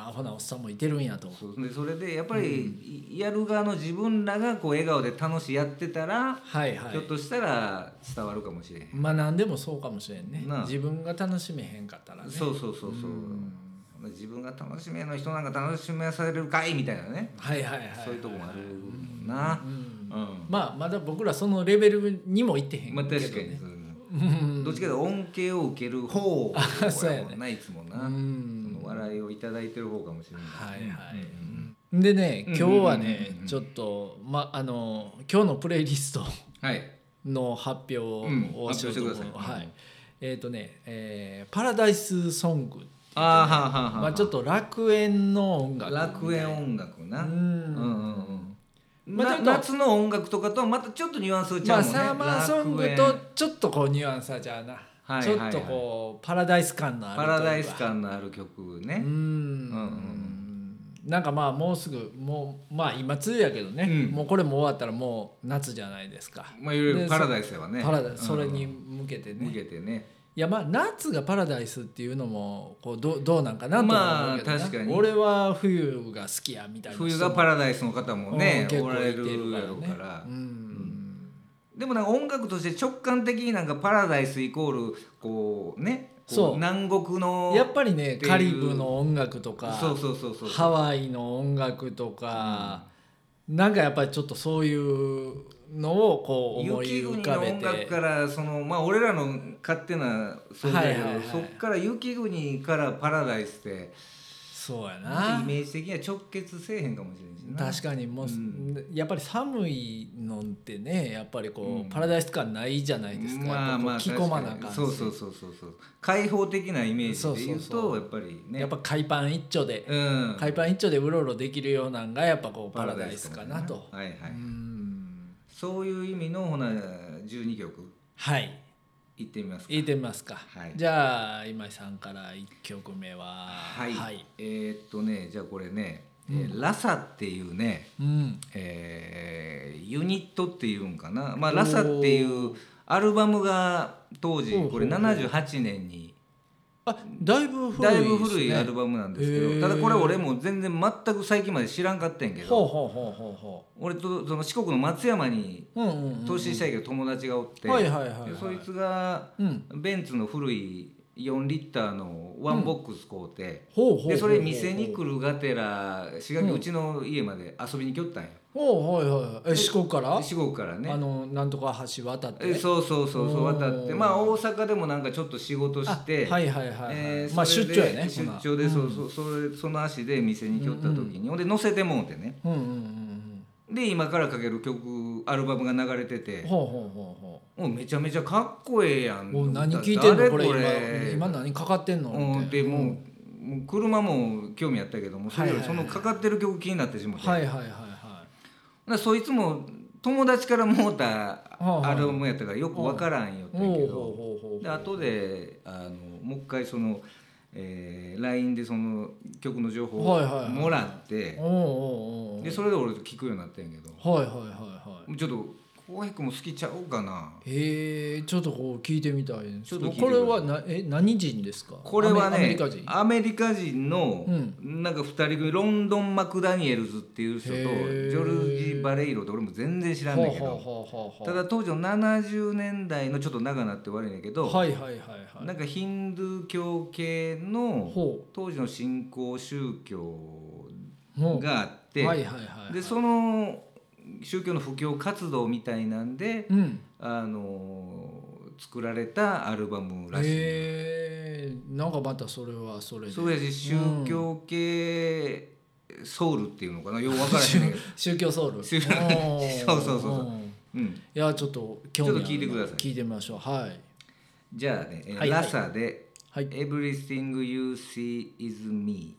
Speaker 2: アホなおっさんもいてるんやと
Speaker 1: そうでそれでやっぱりやる側の自分らがこう笑顔で楽しいやってたら、
Speaker 2: はいはい
Speaker 1: ひょっとしたら伝わるかもしれへん、
Speaker 2: まあ何でもそうかもしれんね
Speaker 1: なあ
Speaker 2: 自分が楽しめへんかったらね
Speaker 1: そうそうそうそう、自分が楽しめの人なんか楽しめされるかいみたいなね、
Speaker 2: はいはいはい
Speaker 1: そういうとこもあるな
Speaker 2: う
Speaker 1: うん
Speaker 2: ん、まあまだ僕らそのレベルにも行ってへん
Speaker 1: まあ
Speaker 2: けど
Speaker 1: 確かに
Speaker 2: ね
Speaker 1: そう
Speaker 2: うん
Speaker 1: どっちかというと恩恵を受ける方
Speaker 2: あ そうやね
Speaker 1: やもんないつもな、
Speaker 2: うん
Speaker 1: その笑いをいただいてる方かもしれない
Speaker 2: はいはい
Speaker 1: うん
Speaker 2: でね今日は
Speaker 1: うんうんうん
Speaker 2: ね
Speaker 1: うん
Speaker 2: ちょっとまあの今日のプレイリスト
Speaker 1: はい
Speaker 2: の発表
Speaker 1: うん
Speaker 2: をしようと
Speaker 1: 発表してく
Speaker 2: 思う、
Speaker 1: ださい
Speaker 2: はいえっ、とね、えーパラダイスソング」
Speaker 1: あーはあはあはあ、
Speaker 2: まあ、ちょっと楽園の音楽
Speaker 1: 楽園音楽な、
Speaker 2: うん
Speaker 1: うんうんうん
Speaker 2: ま
Speaker 1: な
Speaker 2: あちょっと
Speaker 1: 夏の音楽とかとはまたちょっとニュアンス違うもんね、
Speaker 2: まあサマーソングと
Speaker 1: 楽園
Speaker 2: ちょっとこうニュアンスはじゃあな、
Speaker 1: はい
Speaker 2: ちょっとこうパラダイス感のある
Speaker 1: パラダイス
Speaker 2: というか
Speaker 1: 感のある曲
Speaker 2: う
Speaker 1: ね
Speaker 2: ん、
Speaker 1: うんうん
Speaker 2: なんかまあもうすぐもうまあ今梅雨やけどね、
Speaker 1: うん
Speaker 2: もうこれも終わったらもう夏じゃないですか、
Speaker 1: まあいろい
Speaker 2: で
Speaker 1: ろ
Speaker 2: そ
Speaker 1: パラダイスやわね
Speaker 2: パラダイスそれ
Speaker 1: うん
Speaker 2: に向けてね、
Speaker 1: 向
Speaker 2: い
Speaker 1: けてね
Speaker 2: やまあ夏がパラダイスっていうのもこうどうどうなんかなとは思うけどな、
Speaker 1: まあ確かに
Speaker 2: 俺は冬が好きやみたいな人も
Speaker 1: 冬がパラダイスの方も
Speaker 2: うん
Speaker 1: ね
Speaker 2: 結
Speaker 1: お
Speaker 2: 構い
Speaker 1: られ
Speaker 2: て
Speaker 1: るやろう
Speaker 2: ね
Speaker 1: から
Speaker 2: うん
Speaker 1: でもなんか音楽として直感的になんかパラダイスイコールこうねこ
Speaker 2: そう
Speaker 1: 南国の
Speaker 2: やっぱり
Speaker 1: っ
Speaker 2: ね
Speaker 1: ていう
Speaker 2: カリブの音楽とか
Speaker 1: そうそうそうそう
Speaker 2: ハワイの音楽とか、なんかやっぱりちょっとそういうのをこう思い
Speaker 1: 雪
Speaker 2: 浮
Speaker 1: 国
Speaker 2: か
Speaker 1: の
Speaker 2: べ
Speaker 1: 音楽
Speaker 2: て
Speaker 1: からそのまあ俺らの勝手な想像だけど、
Speaker 2: はいはいはい
Speaker 1: そっから雪国からパラダイスって
Speaker 2: そうや
Speaker 1: イ
Speaker 2: な
Speaker 1: メージ的には直結せえへんかもしれんしな
Speaker 2: 確かにもう、
Speaker 1: うん
Speaker 2: やっぱり寒いのってねやっぱりこう、
Speaker 1: うん
Speaker 2: パラダイス感ないじゃないですか、
Speaker 1: まあまあ
Speaker 2: やっぱこう着込まな感じ
Speaker 1: 確かにそうそうそうそうそう開放的なイメー
Speaker 2: そう
Speaker 1: ジ
Speaker 2: そう
Speaker 1: で
Speaker 2: そう
Speaker 1: 言うとやっぱりね
Speaker 2: やっぱ海パン一丁で、
Speaker 1: うん
Speaker 2: 海パン一丁でうろうろできるようなんがやっぱこうパラダイスかなと。
Speaker 1: はいはい、
Speaker 2: うん
Speaker 1: そういう意味のほな12曲
Speaker 2: はい
Speaker 1: いってみますか
Speaker 2: 言ってみますか、
Speaker 1: はい
Speaker 2: じゃあ今井さんから1曲目は
Speaker 1: はい、
Speaker 2: はい
Speaker 1: えーっとねじゃあこれね、えーラサっていうね
Speaker 2: うん、
Speaker 1: えーユニットっていうんかな、まあ、ラサっていうアルバムが当時
Speaker 2: ほうほうほ
Speaker 1: こ
Speaker 2: う
Speaker 1: れ78年に
Speaker 2: あだいぶ古いです、
Speaker 1: だ
Speaker 2: ね、
Speaker 1: いぶ古いアルバムなんですけど、
Speaker 2: へー
Speaker 1: ただこれ俺も全然全く最近まで知らんかったんやけ
Speaker 2: ほう
Speaker 1: ど
Speaker 2: ほうほうほうほ
Speaker 1: 俺とその四国の松山に
Speaker 2: ううんうんうん
Speaker 1: 投資したいけど友達がおって、
Speaker 2: はいはいはいはい
Speaker 1: でそいつが
Speaker 2: うん
Speaker 1: ベンツの古い4リッターのワンボックス買うて、
Speaker 2: ほうほうほうほう
Speaker 1: でそれ店に来るがてら滋賀県うちの家まで遊びに来よったんや、
Speaker 2: ほうはいはいはいえ四国から
Speaker 1: 四国からね
Speaker 2: あのなんとか橋渡って
Speaker 1: えそうそうそうそう
Speaker 2: おー
Speaker 1: 渡ってまあ大阪でもなんかちょっと仕事
Speaker 2: あ
Speaker 1: して
Speaker 2: はいはいはいはい、
Speaker 1: えー
Speaker 2: まあ
Speaker 1: それ
Speaker 2: 出
Speaker 1: で
Speaker 2: 張やね
Speaker 1: 出
Speaker 2: ほな
Speaker 1: 張でそうそうそれその足で店に来よった時に、ほんで乗せてもうてね
Speaker 2: うんうんうん
Speaker 1: で今からかける曲アルバムが流れて
Speaker 2: う
Speaker 1: て
Speaker 2: んほうほうほうほう
Speaker 1: もうめちゃめちゃかっこええやん
Speaker 2: お何聞いてんの
Speaker 1: 誰
Speaker 2: これ今今
Speaker 1: 今
Speaker 2: 何かかってんのみた
Speaker 1: で
Speaker 2: い
Speaker 1: も
Speaker 2: な
Speaker 1: うもう車も興味あったけどもそれより
Speaker 2: はい
Speaker 1: そ
Speaker 2: はいは
Speaker 1: の
Speaker 2: い
Speaker 1: かかってる曲気になってしもうて、
Speaker 2: はいはいはいは
Speaker 1: ほなそいつも友達からもうた
Speaker 2: あはあ
Speaker 1: アルバムやったからよくわからんよっ
Speaker 2: い
Speaker 1: た
Speaker 2: ほ
Speaker 1: んや
Speaker 2: う
Speaker 1: けど。
Speaker 2: ほうほうほう
Speaker 1: で後であのもう一回その、えー LINE でその曲の情報
Speaker 2: はいはいはい
Speaker 1: をもらって、
Speaker 2: おうおうおう
Speaker 1: でそれで俺と聞くようになったんやけど
Speaker 2: はいはいはいは
Speaker 1: ちょっと浩平君も好きちゃおうかない
Speaker 2: へえちょっとこう聞いてみたいです
Speaker 1: ちょっと聞いて
Speaker 2: こ
Speaker 1: くだ
Speaker 2: れ
Speaker 1: さい
Speaker 2: はなえ何人ですか
Speaker 1: これは
Speaker 2: アメアメ
Speaker 1: ね
Speaker 2: リカ人
Speaker 1: アメリカ人の
Speaker 2: う
Speaker 1: なんか2人組ロンドン・マクダニエルズっていう人と
Speaker 2: へ
Speaker 1: ジ
Speaker 2: ー
Speaker 1: ョルジー・バレイロって俺も全然知らんねんけ
Speaker 2: はあは
Speaker 1: ど
Speaker 2: あはあはあ
Speaker 1: ただ当時の70年代のちょっと長なって悪いんやけど、
Speaker 2: はいはいはいはい
Speaker 1: なんかヒンドゥー教系の
Speaker 2: ほ
Speaker 1: 当時の信仰宗教
Speaker 2: うほう
Speaker 1: があって、
Speaker 2: はいはいはい
Speaker 1: でその宗教の布教活動みたいなんで、
Speaker 2: うん
Speaker 1: あの作られたアルバムらしい。
Speaker 2: へえなんかまたそれはそれで
Speaker 1: そうやし宗教系ソウルっていうのかなよくわからへんねん けど
Speaker 2: 宗教ソウル
Speaker 1: 宗教
Speaker 2: お
Speaker 1: そうそうそうそうんうん、
Speaker 2: いやちょっと興味あるな
Speaker 1: ちょっと聞いてください
Speaker 2: 聞いてみましょうはい
Speaker 1: じゃあね、えー
Speaker 2: はいは
Speaker 1: ラ
Speaker 2: い
Speaker 1: サで「
Speaker 2: はい
Speaker 1: Everything You See Is Me」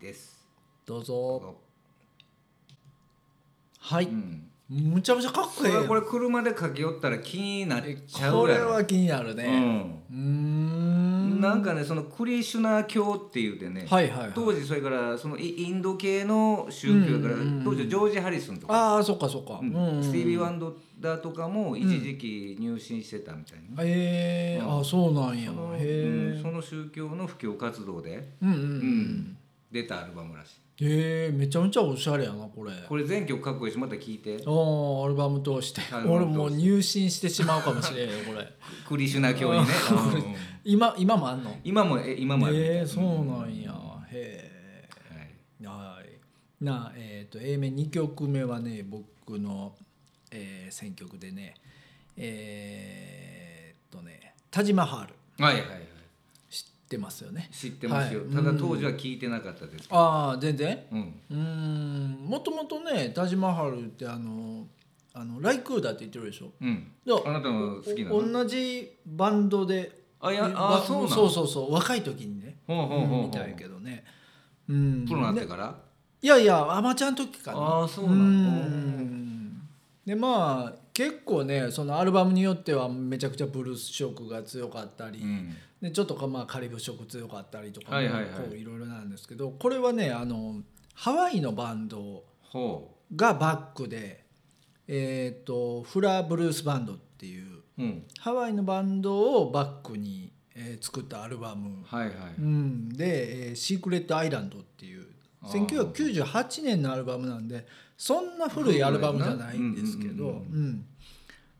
Speaker 1: です。
Speaker 2: どうぞは
Speaker 1: う
Speaker 2: い
Speaker 1: ん
Speaker 2: むちゃむちゃかっ
Speaker 1: そ
Speaker 2: こいい
Speaker 1: れはこ
Speaker 2: こ
Speaker 1: れ車で駆け寄ったら気になっ
Speaker 2: れ
Speaker 1: ちゃうやろ
Speaker 2: は気になるねうー
Speaker 1: うん、
Speaker 2: ん
Speaker 1: なんかねそのクリシュナー教っていうてね、
Speaker 2: はいはいはい
Speaker 1: 当時それからそのイインド系の宗教やから、
Speaker 2: うんうんうん
Speaker 1: 当時はジョージ・ハリスンとか、
Speaker 2: ああそっかそっか
Speaker 1: うん
Speaker 2: うん
Speaker 1: スティービー・ワンドダーとかも一時期入信してたみたいな、
Speaker 2: へえ
Speaker 1: うん
Speaker 2: あそうなんや
Speaker 1: その
Speaker 2: へ
Speaker 1: うん
Speaker 2: え
Speaker 1: その宗教の布教活動で、
Speaker 2: うんうんう
Speaker 1: うん
Speaker 2: ん
Speaker 1: 出たアルバムらしい
Speaker 2: へえめちゃめちゃおしゃれやなこれ
Speaker 1: これ全曲かっこいいしまた聴いて
Speaker 2: ああアルバム通して
Speaker 1: アルバム通して
Speaker 2: 俺もう入信してしまうかもしれんよこれ
Speaker 1: クリシュナー教にね、うん
Speaker 2: 今今もあんの
Speaker 1: 今もえ今もあるみたい
Speaker 2: えー、そうなんやへ
Speaker 1: はい
Speaker 2: えはいなあえっ、と A 面2曲目はね僕の、えー選曲でねえー、っとね田島ハール
Speaker 1: はいはいはい
Speaker 2: 知ってますよね
Speaker 1: 知ってますよ、
Speaker 2: はい
Speaker 1: ただ当時は聴いてなかったですけど、
Speaker 2: ああ全然
Speaker 1: うん、
Speaker 2: うーんもともとね田島ハールってあのあのライクーダって言ってるでしょ
Speaker 1: うん
Speaker 2: いや
Speaker 1: あなたの好きなの
Speaker 2: お同じバンドで
Speaker 1: あいや
Speaker 2: え
Speaker 1: あ
Speaker 2: ば
Speaker 1: そうなの
Speaker 2: そうそうそう若い時にね
Speaker 1: ほうほうほうほう
Speaker 2: みたいやけどねうん
Speaker 1: プロになって
Speaker 2: ね
Speaker 1: から、
Speaker 2: いやいやアマちゃん時かな
Speaker 1: あーそうな
Speaker 2: う
Speaker 1: の
Speaker 2: んでまあ結構ねそのアルバムによってはめちゃくちゃブルース色が強かったり、
Speaker 1: うん
Speaker 2: でちょっとかまあカリブ色強かったりとかも
Speaker 1: はいはいはい
Speaker 2: こういろいろなんですけどこれはねあのハワイのバンド
Speaker 1: ほ
Speaker 2: がバックで、えー、とフラ・ブルースバンドっていう
Speaker 1: ううん
Speaker 2: ハワイのバンドをバックに、えー作ったアルバム、
Speaker 1: はいはい、
Speaker 2: うん、で、えーシークレット・アイランド」っていう
Speaker 1: あー
Speaker 2: 1998年のアルバムなんでそんな古いアルバムじゃないんですけ
Speaker 1: う
Speaker 2: ど、うんん
Speaker 1: うんうん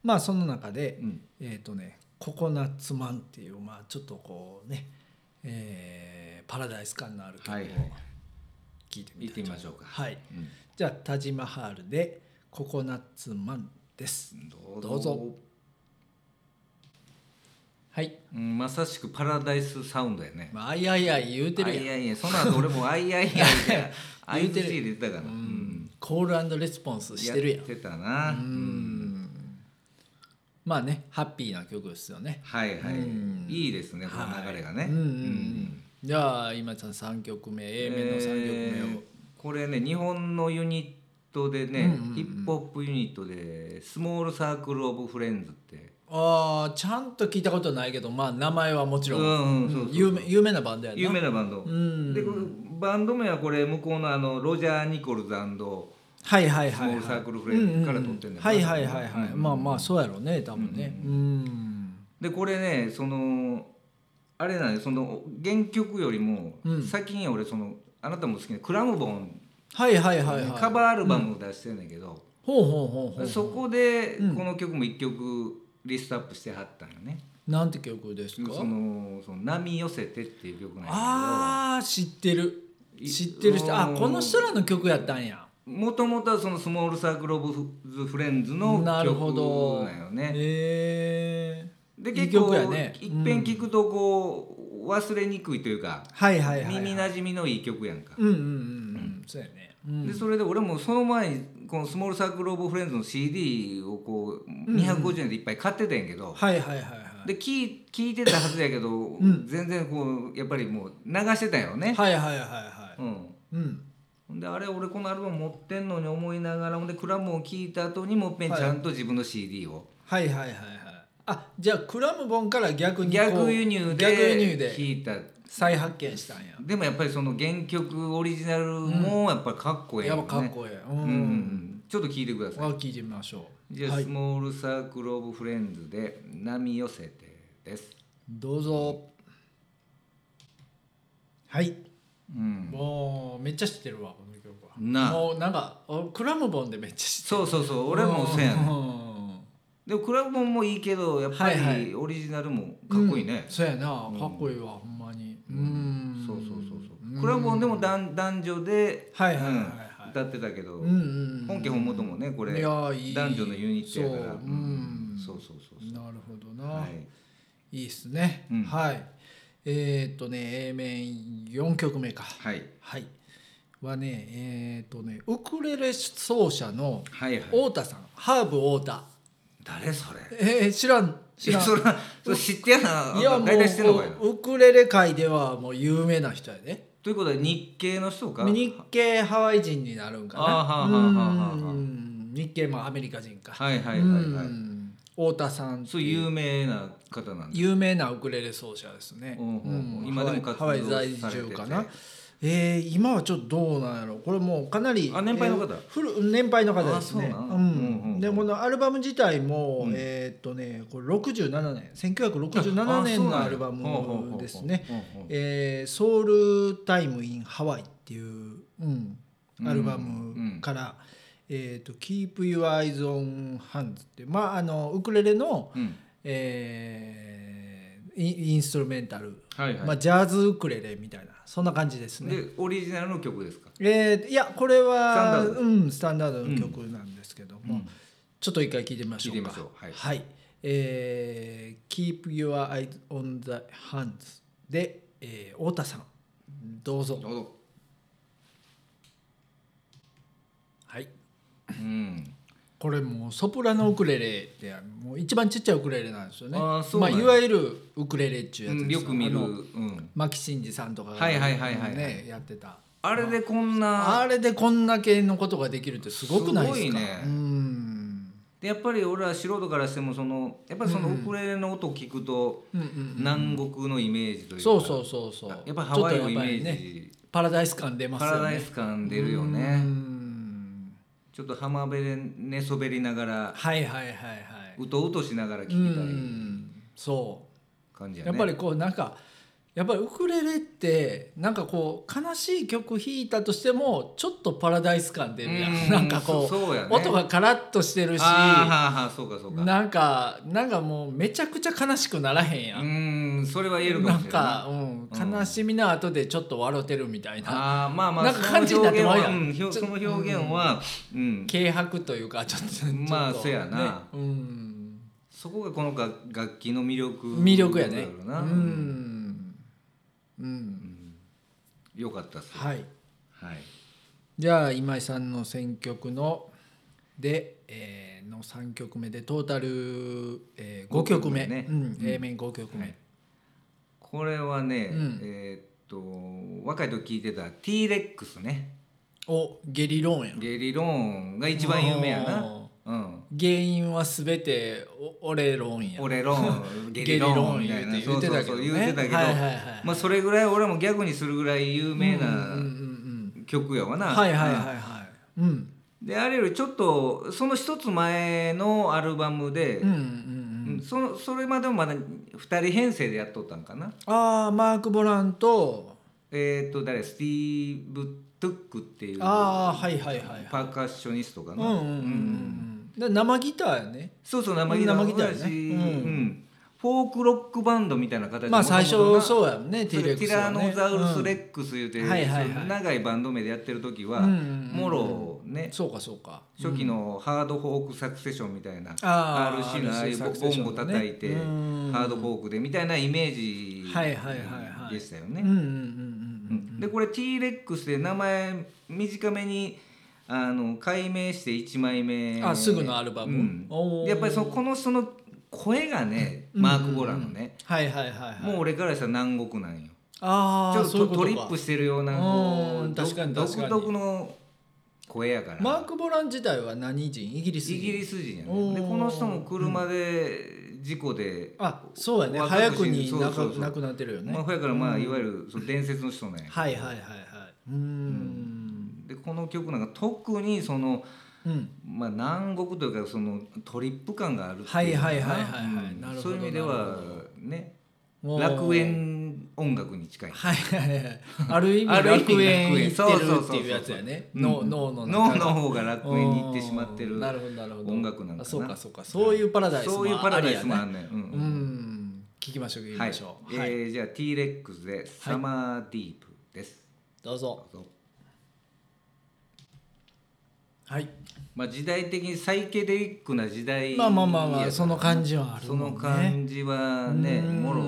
Speaker 2: まあその中で
Speaker 1: うん
Speaker 2: 「えーとね、ココナッツ・マン」っていう、まあ、ちょっとこうね、えーパラダイス感のある曲を
Speaker 1: はい
Speaker 2: 聴
Speaker 1: はい
Speaker 2: いてみ
Speaker 1: 行ったて
Speaker 2: い
Speaker 1: み
Speaker 2: と
Speaker 1: ましょうか
Speaker 2: はい
Speaker 1: うん
Speaker 2: じゃあタジマハールでココナッツマンです
Speaker 1: ど
Speaker 2: どうぞはい、
Speaker 1: うんまさしくパラダイスサウンドやね
Speaker 2: まあ、あいあいあい言うて
Speaker 1: あ
Speaker 2: るやん
Speaker 1: いやいやその後俺も「あいやい やいや」あ
Speaker 2: 言
Speaker 1: いう
Speaker 2: て
Speaker 1: て
Speaker 2: る
Speaker 1: 入れてたから、う、
Speaker 2: うんんコールレスポンスしてるやん
Speaker 1: やってたなう
Speaker 2: うんんまあねハッピーな曲ですよね
Speaker 1: はいはい、
Speaker 2: うん
Speaker 1: いいですねこの流れがね、
Speaker 2: はいうんうんうんじゃあ今ちゃん3曲目 A 面の3曲目を、
Speaker 1: えーこれね日本のユニットでね、
Speaker 2: うんうんうん
Speaker 1: ヒップホップユニットで「スモールサークル・オブ・フレンズ」って
Speaker 2: ああちゃんと聞いたことないけどまあ名前はもちろん、
Speaker 1: うんうんそうそう
Speaker 2: 有名有名なバンドやな
Speaker 1: 有名なバンド、
Speaker 2: うん
Speaker 1: でこれバンド名はこれ向こうのあのロジャー・ニコルズ
Speaker 2: はいはい
Speaker 1: ス
Speaker 2: は
Speaker 1: モー
Speaker 2: い、はい、
Speaker 1: ルサークルフレンズから撮ってん
Speaker 2: う
Speaker 1: だ
Speaker 2: う
Speaker 1: よな
Speaker 2: はいはいはいはい、
Speaker 1: うん
Speaker 2: まあまあそうやろうね多分ねうん、
Speaker 1: でこれねそのあれなんでその原曲よりも
Speaker 2: うん
Speaker 1: 先に俺そのあなたも好きなクラムボン、
Speaker 2: はいはいはいはい
Speaker 1: カバーアルバムを出してんだけど、
Speaker 2: ほうほうほうほう
Speaker 1: そこで
Speaker 2: うん
Speaker 1: この曲も1曲リストアップしてはったんよね、
Speaker 2: なんて曲ですか
Speaker 1: そのその波寄せてっていう曲なんや
Speaker 2: あー知ってる
Speaker 1: い
Speaker 2: 知ってる人あ
Speaker 1: うん
Speaker 2: この人らの曲やったんや
Speaker 1: けどもともとはそのスモールサークル・オブ・ズ・フレンズの曲
Speaker 2: なるほど
Speaker 1: なんよね。
Speaker 2: へえ
Speaker 1: で
Speaker 2: いい
Speaker 1: 結構
Speaker 2: 曲やね
Speaker 1: いっぺん聞くとこう忘れにくいというか、
Speaker 2: はいはいはい、はい、
Speaker 1: 耳なじみのいい曲やんか。
Speaker 2: うんうんうんうんそうやね、うん、
Speaker 1: でそれで俺もその前にこの「スモールサークル・オブ・フレンズ」の CD をこう250円でいっぱい買ってたんやけど、
Speaker 2: はいはいはいはい
Speaker 1: で聞い聞いてたはずやけど、
Speaker 2: ん
Speaker 1: 全然こうやっぱりもう流してたんやろね。
Speaker 2: はいはいはいは
Speaker 1: うん
Speaker 2: いうん
Speaker 1: ほんであれ俺このアルバム持ってんのに思いながらほんでクラムを聴いた後にもっぺんちゃんと自分の CD を
Speaker 2: はいはいはいはいあじゃあクラムボンから逆にこう
Speaker 1: 逆輸入
Speaker 2: 逆輸入
Speaker 1: で
Speaker 2: で
Speaker 1: 聴いた
Speaker 2: 再発見したんや
Speaker 1: でもやっぱりその原曲オリジナルもやっぱりかっこええ
Speaker 2: や
Speaker 1: よ
Speaker 2: っ
Speaker 1: ね
Speaker 2: ぱかっこええうん、
Speaker 1: うんうんうんちょっと聴いてください
Speaker 2: は聞いてみましょう
Speaker 1: じゃあ、
Speaker 2: はい
Speaker 1: スモールサークル・オブ・フレンズで「波寄せて」です
Speaker 2: どうぞはい
Speaker 1: うん
Speaker 2: もうめっちゃ知ってるわこの曲は
Speaker 1: なあ
Speaker 2: もうなんかおクラムボンでめっちゃ知ってる
Speaker 1: そうそうそう俺もせやねん
Speaker 2: ん
Speaker 1: でもクラムもいいけどやっぱ
Speaker 2: はいはい
Speaker 1: りオリジナルもかっこいいね、
Speaker 2: そうやなかっこいいわほんまにうん
Speaker 1: そうそうそうそうクラムもでも男男女で、
Speaker 2: はいはいはいはい
Speaker 1: うん歌ってたけど、
Speaker 2: うんうんうん
Speaker 1: 本家本元もねこれ
Speaker 2: いやーいい
Speaker 1: 男女のユニットやから
Speaker 2: そううん
Speaker 1: そうそうそうそう
Speaker 2: なるほどな、
Speaker 1: はいい、
Speaker 2: いっすね、
Speaker 1: うん
Speaker 2: はいえー、っとね A 面4曲目か
Speaker 1: はい、
Speaker 2: はいはねえー、っとねウクレレ奏者の
Speaker 1: はいはい
Speaker 2: 太田さん、ハーブ太田
Speaker 1: 誰それ
Speaker 2: えー、知らん知
Speaker 1: い
Speaker 2: ら
Speaker 1: や
Speaker 2: ん
Speaker 1: それそれ知ってやない
Speaker 2: やも
Speaker 1: 大体知ってんのかいな
Speaker 2: うウクレレ界ではもう有名な人やで
Speaker 1: ということは日系の人か
Speaker 2: 日系ハワイ人になるんかな
Speaker 1: あーはーはーはーはーはー
Speaker 2: うん日系まあアメリカ人か、
Speaker 1: はいはいはいは
Speaker 2: う
Speaker 1: い
Speaker 2: ん太田さんって
Speaker 1: そう有名な方なんで
Speaker 2: 有名なウクレレ奏者ですね、
Speaker 1: うんうんうん
Speaker 2: うん
Speaker 1: 今でも活動
Speaker 2: ハワイハワイ在住かなえー、今はちょっとどうなんやろこれもうかなり
Speaker 1: あ年配の方
Speaker 2: えー古年配の方ですね
Speaker 1: あそうなん
Speaker 2: うん
Speaker 1: うんうん
Speaker 2: でこのアルバム自体も、
Speaker 1: うん
Speaker 2: えーっとねこれ67年1967年のアルバムですね「えーソウルタイム・イン・ハワイ」っていう、うん、アルバムから「えーっと Keep Your Eyes on Hands」ってまああのウクレレの、
Speaker 1: うん
Speaker 2: えーインインストルメンタル、
Speaker 1: はい
Speaker 2: ま
Speaker 1: は
Speaker 2: あ、
Speaker 1: い
Speaker 2: ジャズウクレレみたいなそんな感じですね。
Speaker 1: でオリジナルの曲ですか
Speaker 2: えーいやこれは
Speaker 1: スタンダード
Speaker 2: うん、スタンダードの曲なんですけども、
Speaker 1: うん
Speaker 2: ちょっと一回聞いてみましょうか。
Speaker 1: 聞いてみましょうはい
Speaker 2: えー Keep Your Eyes on the Hands で、えー、太田さんどうぞ。
Speaker 1: どうぞ
Speaker 2: はい、
Speaker 1: うん
Speaker 2: これもうソプラノウクレレってもう一番ちっちゃいウクレレなんですよね。
Speaker 1: あーそうなんや
Speaker 2: まあ、いわゆるウクレレっちゅ
Speaker 1: う
Speaker 2: うやつ
Speaker 1: ん
Speaker 2: です
Speaker 1: よく見る
Speaker 2: あの
Speaker 1: うん
Speaker 2: 牧真二さんとかが
Speaker 1: はいはいはいはいはい
Speaker 2: ねやってた
Speaker 1: あれでこんな
Speaker 2: あれでこんな系のことができるってすごくない
Speaker 1: す
Speaker 2: ですか
Speaker 1: ごいね
Speaker 2: うん
Speaker 1: でやっぱり俺は素人からしてもそのやっぱりその
Speaker 2: う
Speaker 1: ウ
Speaker 2: ん
Speaker 1: クレレの音を聞くと
Speaker 2: うんうん
Speaker 1: 南国のイメージというか
Speaker 2: そうそうそうそう
Speaker 1: やっぱりハワイのイメージ、
Speaker 2: ちょっとやっぱりねパラダイス感出ます
Speaker 1: パ
Speaker 2: よね
Speaker 1: ラダイス感出るよ
Speaker 2: う
Speaker 1: ね
Speaker 2: ん
Speaker 1: ちょっと浜辺で寝そべりながら
Speaker 2: はいはいはいはいう
Speaker 1: とうとしながら聴き
Speaker 2: う
Speaker 1: たい
Speaker 2: んそ
Speaker 1: 感じ
Speaker 2: う
Speaker 1: やね
Speaker 2: やっぱりこうなんかやっぱりウクレレってなんかこう悲しい曲弾いたとしてもちょっとパラダイス感出るや
Speaker 1: うんん
Speaker 2: なんかこう
Speaker 1: そそうやね
Speaker 2: 音がカラッとしてるし
Speaker 1: あーはあはあそうかそうか
Speaker 2: なんかなんかもうめちゃくちゃ悲しくならへんや、
Speaker 1: うんーんうんそれは言えるか
Speaker 3: な
Speaker 1: も
Speaker 3: ん
Speaker 1: しれない
Speaker 3: か、うん、悲しみの後でちょっと笑ってるみたいな、
Speaker 1: あーまあまあ
Speaker 3: なんか感じになってまうやん
Speaker 1: その表現はうんひょその表現は、うん、
Speaker 3: 軽薄というかちょっとちょっと
Speaker 1: まあそやな
Speaker 3: ねうん、
Speaker 1: そこがこの楽楽器の魅力
Speaker 3: 魅力やね
Speaker 1: だろう
Speaker 3: う
Speaker 1: な、
Speaker 3: ん、うん、
Speaker 1: よかったっす
Speaker 2: はい
Speaker 1: はい
Speaker 2: じゃあ今井さんの選曲ので、えーの3曲目でトータル、え5曲目
Speaker 1: 五曲目ね
Speaker 2: うん、A 面5曲目、
Speaker 1: これはね、
Speaker 2: うん
Speaker 1: えーっと若い時聞いてた t レックスね
Speaker 2: おゲリローンや
Speaker 1: ゲリローンが一番有名やな
Speaker 3: あ
Speaker 1: うん
Speaker 2: 原因は全てお俺ローンや
Speaker 1: 俺ロ ーンゲリローンみたいな
Speaker 3: ゲリローン言
Speaker 1: そうう
Speaker 3: て
Speaker 1: そう
Speaker 3: たけ
Speaker 1: そ
Speaker 3: ど
Speaker 1: う
Speaker 3: ね
Speaker 1: 言うてたけど
Speaker 3: はいはいはい
Speaker 1: まあそれぐらい俺もギャグにするぐらい有名
Speaker 2: うんうんう
Speaker 1: なん曲やわな、
Speaker 2: はいはいはいはいうん
Speaker 1: であれよりちょっとその一つ前のアルバムで、
Speaker 2: うんうんう
Speaker 1: うん
Speaker 2: ん
Speaker 1: そのそれまでもまだ2人編成でやっとったんかな
Speaker 2: ああマーク・ボランと
Speaker 1: えっ、と誰スティーブ・トゥックっていう
Speaker 2: ああはいはいはい
Speaker 1: パーカッショニストか
Speaker 2: う
Speaker 1: な、
Speaker 2: んうんうんうんうんで生ギターやね
Speaker 1: そうそう生ギター
Speaker 2: 生ギターね
Speaker 1: だし
Speaker 2: うん
Speaker 1: うんフォークロックバンドみたいな形で
Speaker 2: まあ最初そう
Speaker 1: や
Speaker 2: やんね
Speaker 1: ティ
Speaker 2: T-Rex
Speaker 1: ラ
Speaker 2: はね
Speaker 1: ノザウルス・レ
Speaker 2: うん
Speaker 1: ックス言うて、
Speaker 2: うんはいはいはい
Speaker 1: その長いバンド名でやってる時は、
Speaker 2: うんうんうん
Speaker 1: もろね
Speaker 2: そうかそうか
Speaker 1: 初期のハードフォークサクセションみたいな、
Speaker 2: あー
Speaker 1: RC のああいう
Speaker 2: RC
Speaker 1: ボボンゴ叩いて、
Speaker 2: サクセションねうん
Speaker 1: ハードフォークでみたいなイメージ
Speaker 2: はいはいはいはい
Speaker 1: でしたよ
Speaker 2: う
Speaker 1: ね。
Speaker 2: んうんうんう
Speaker 1: うんんでこれ T レックスで名前短めにあの改名して1枚目
Speaker 2: あすぐのアルバム
Speaker 1: うん
Speaker 2: おー
Speaker 1: でやっぱりそのこの人の声がね、
Speaker 2: うん
Speaker 1: マーク・ボランのね、
Speaker 2: はいはいはいはい
Speaker 1: もう俺からしたら南国なんよ
Speaker 2: あ
Speaker 1: ち
Speaker 2: あ
Speaker 1: ょっ
Speaker 2: そう
Speaker 1: と
Speaker 2: いうこ
Speaker 1: ト
Speaker 2: とか
Speaker 1: リップしてるようなこ
Speaker 2: うん
Speaker 1: うど
Speaker 2: 確かに確かに
Speaker 1: 独特の声やから
Speaker 2: マーク・ボラン自体は何人イギリス人
Speaker 1: イギリス人や
Speaker 2: お
Speaker 1: ねで
Speaker 2: ー
Speaker 1: この人も車で事故で、
Speaker 2: あそうやね
Speaker 1: 若く
Speaker 2: 早く
Speaker 1: 死
Speaker 2: に
Speaker 1: ぬそう
Speaker 2: なく
Speaker 1: そうそう
Speaker 2: なくなってるよね
Speaker 1: まあ、ほやからまあいわゆるその伝説の人ね、
Speaker 2: はいはいはいはいうーん
Speaker 1: でこの曲なんか特にその、
Speaker 2: うん
Speaker 1: まあ、南国というかそのトリップ感があるって
Speaker 2: はい
Speaker 1: いうのかな
Speaker 2: はいはいはいはい
Speaker 1: うん
Speaker 2: なるほど
Speaker 1: そういう意味で
Speaker 2: なる
Speaker 1: は
Speaker 2: ほど
Speaker 1: ね
Speaker 2: もう
Speaker 1: 楽園音楽に近い
Speaker 2: はいはいはいある意
Speaker 1: あ
Speaker 2: 味
Speaker 1: る意味
Speaker 2: 楽園
Speaker 1: 楽園
Speaker 2: 行って
Speaker 1: そうそう
Speaker 2: る
Speaker 1: そう
Speaker 2: っ
Speaker 1: そう
Speaker 2: ていうやつやね
Speaker 1: うん
Speaker 2: 脳脳の
Speaker 1: 脳
Speaker 2: 中
Speaker 1: の
Speaker 2: が
Speaker 1: 方が楽園に行ってしまって
Speaker 2: う
Speaker 1: る
Speaker 2: んなるほどなるほど
Speaker 1: 音楽なんかな
Speaker 2: あそうかそうかそういうパラダイスも
Speaker 1: そういうパラダイスもあ
Speaker 2: る
Speaker 1: んねん、う
Speaker 2: うんん聞きましょう聞き
Speaker 1: は
Speaker 2: ま
Speaker 1: い
Speaker 2: しょ
Speaker 1: え
Speaker 2: うはい
Speaker 1: ーじゃあ T レックスで「サマーディープ」です、
Speaker 2: どうぞ
Speaker 1: どうぞ
Speaker 2: はい
Speaker 1: まあ、時代的にサイケデリックな時代
Speaker 2: まあまあまあま
Speaker 1: や
Speaker 2: あその感じはある
Speaker 1: そ
Speaker 2: も
Speaker 1: の
Speaker 2: んね
Speaker 1: 感じはね
Speaker 2: うん
Speaker 1: もろ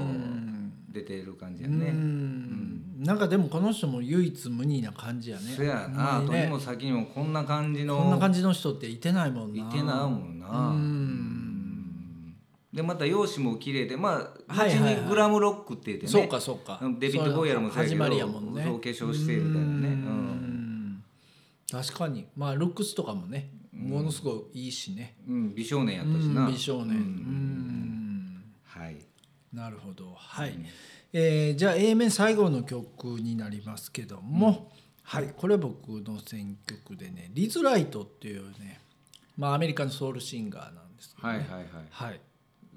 Speaker 1: 出てる感じや
Speaker 2: う
Speaker 1: ね
Speaker 2: んなんかでもこの人も唯一無二な感じやね
Speaker 1: そや
Speaker 2: ほ
Speaker 1: なん後
Speaker 2: まに
Speaker 1: に
Speaker 2: ね
Speaker 1: も先にもこんな感じ
Speaker 2: こんな
Speaker 1: の
Speaker 2: 感じの人っていてないもん
Speaker 1: い
Speaker 2: な
Speaker 1: てなもん
Speaker 2: う
Speaker 1: なんでまた容姿も綺麗でまあ
Speaker 2: はい
Speaker 1: 後
Speaker 2: はいはい
Speaker 1: にグラムロックって言ってね
Speaker 2: そうかそうか
Speaker 1: デビッド・ボーイヤルもそうや
Speaker 2: 始
Speaker 1: けど
Speaker 2: まりやもんね
Speaker 1: そう化粧してみたいなね
Speaker 2: うん
Speaker 1: うん
Speaker 2: 確かにまあルックスとかもねものすごいいいしね
Speaker 1: うん美少年や
Speaker 2: う
Speaker 1: ったし
Speaker 2: ん
Speaker 1: な
Speaker 2: 美少年
Speaker 1: う
Speaker 2: うんん
Speaker 1: はい
Speaker 2: なるほどはい、
Speaker 1: うん
Speaker 2: えーじゃあ A 面最後の曲になりますけども、はいこれ僕の選曲でねリズ・ライトっていうねまあアメリカのソウルシンガーなんですけど、
Speaker 1: はいはいはい
Speaker 2: はい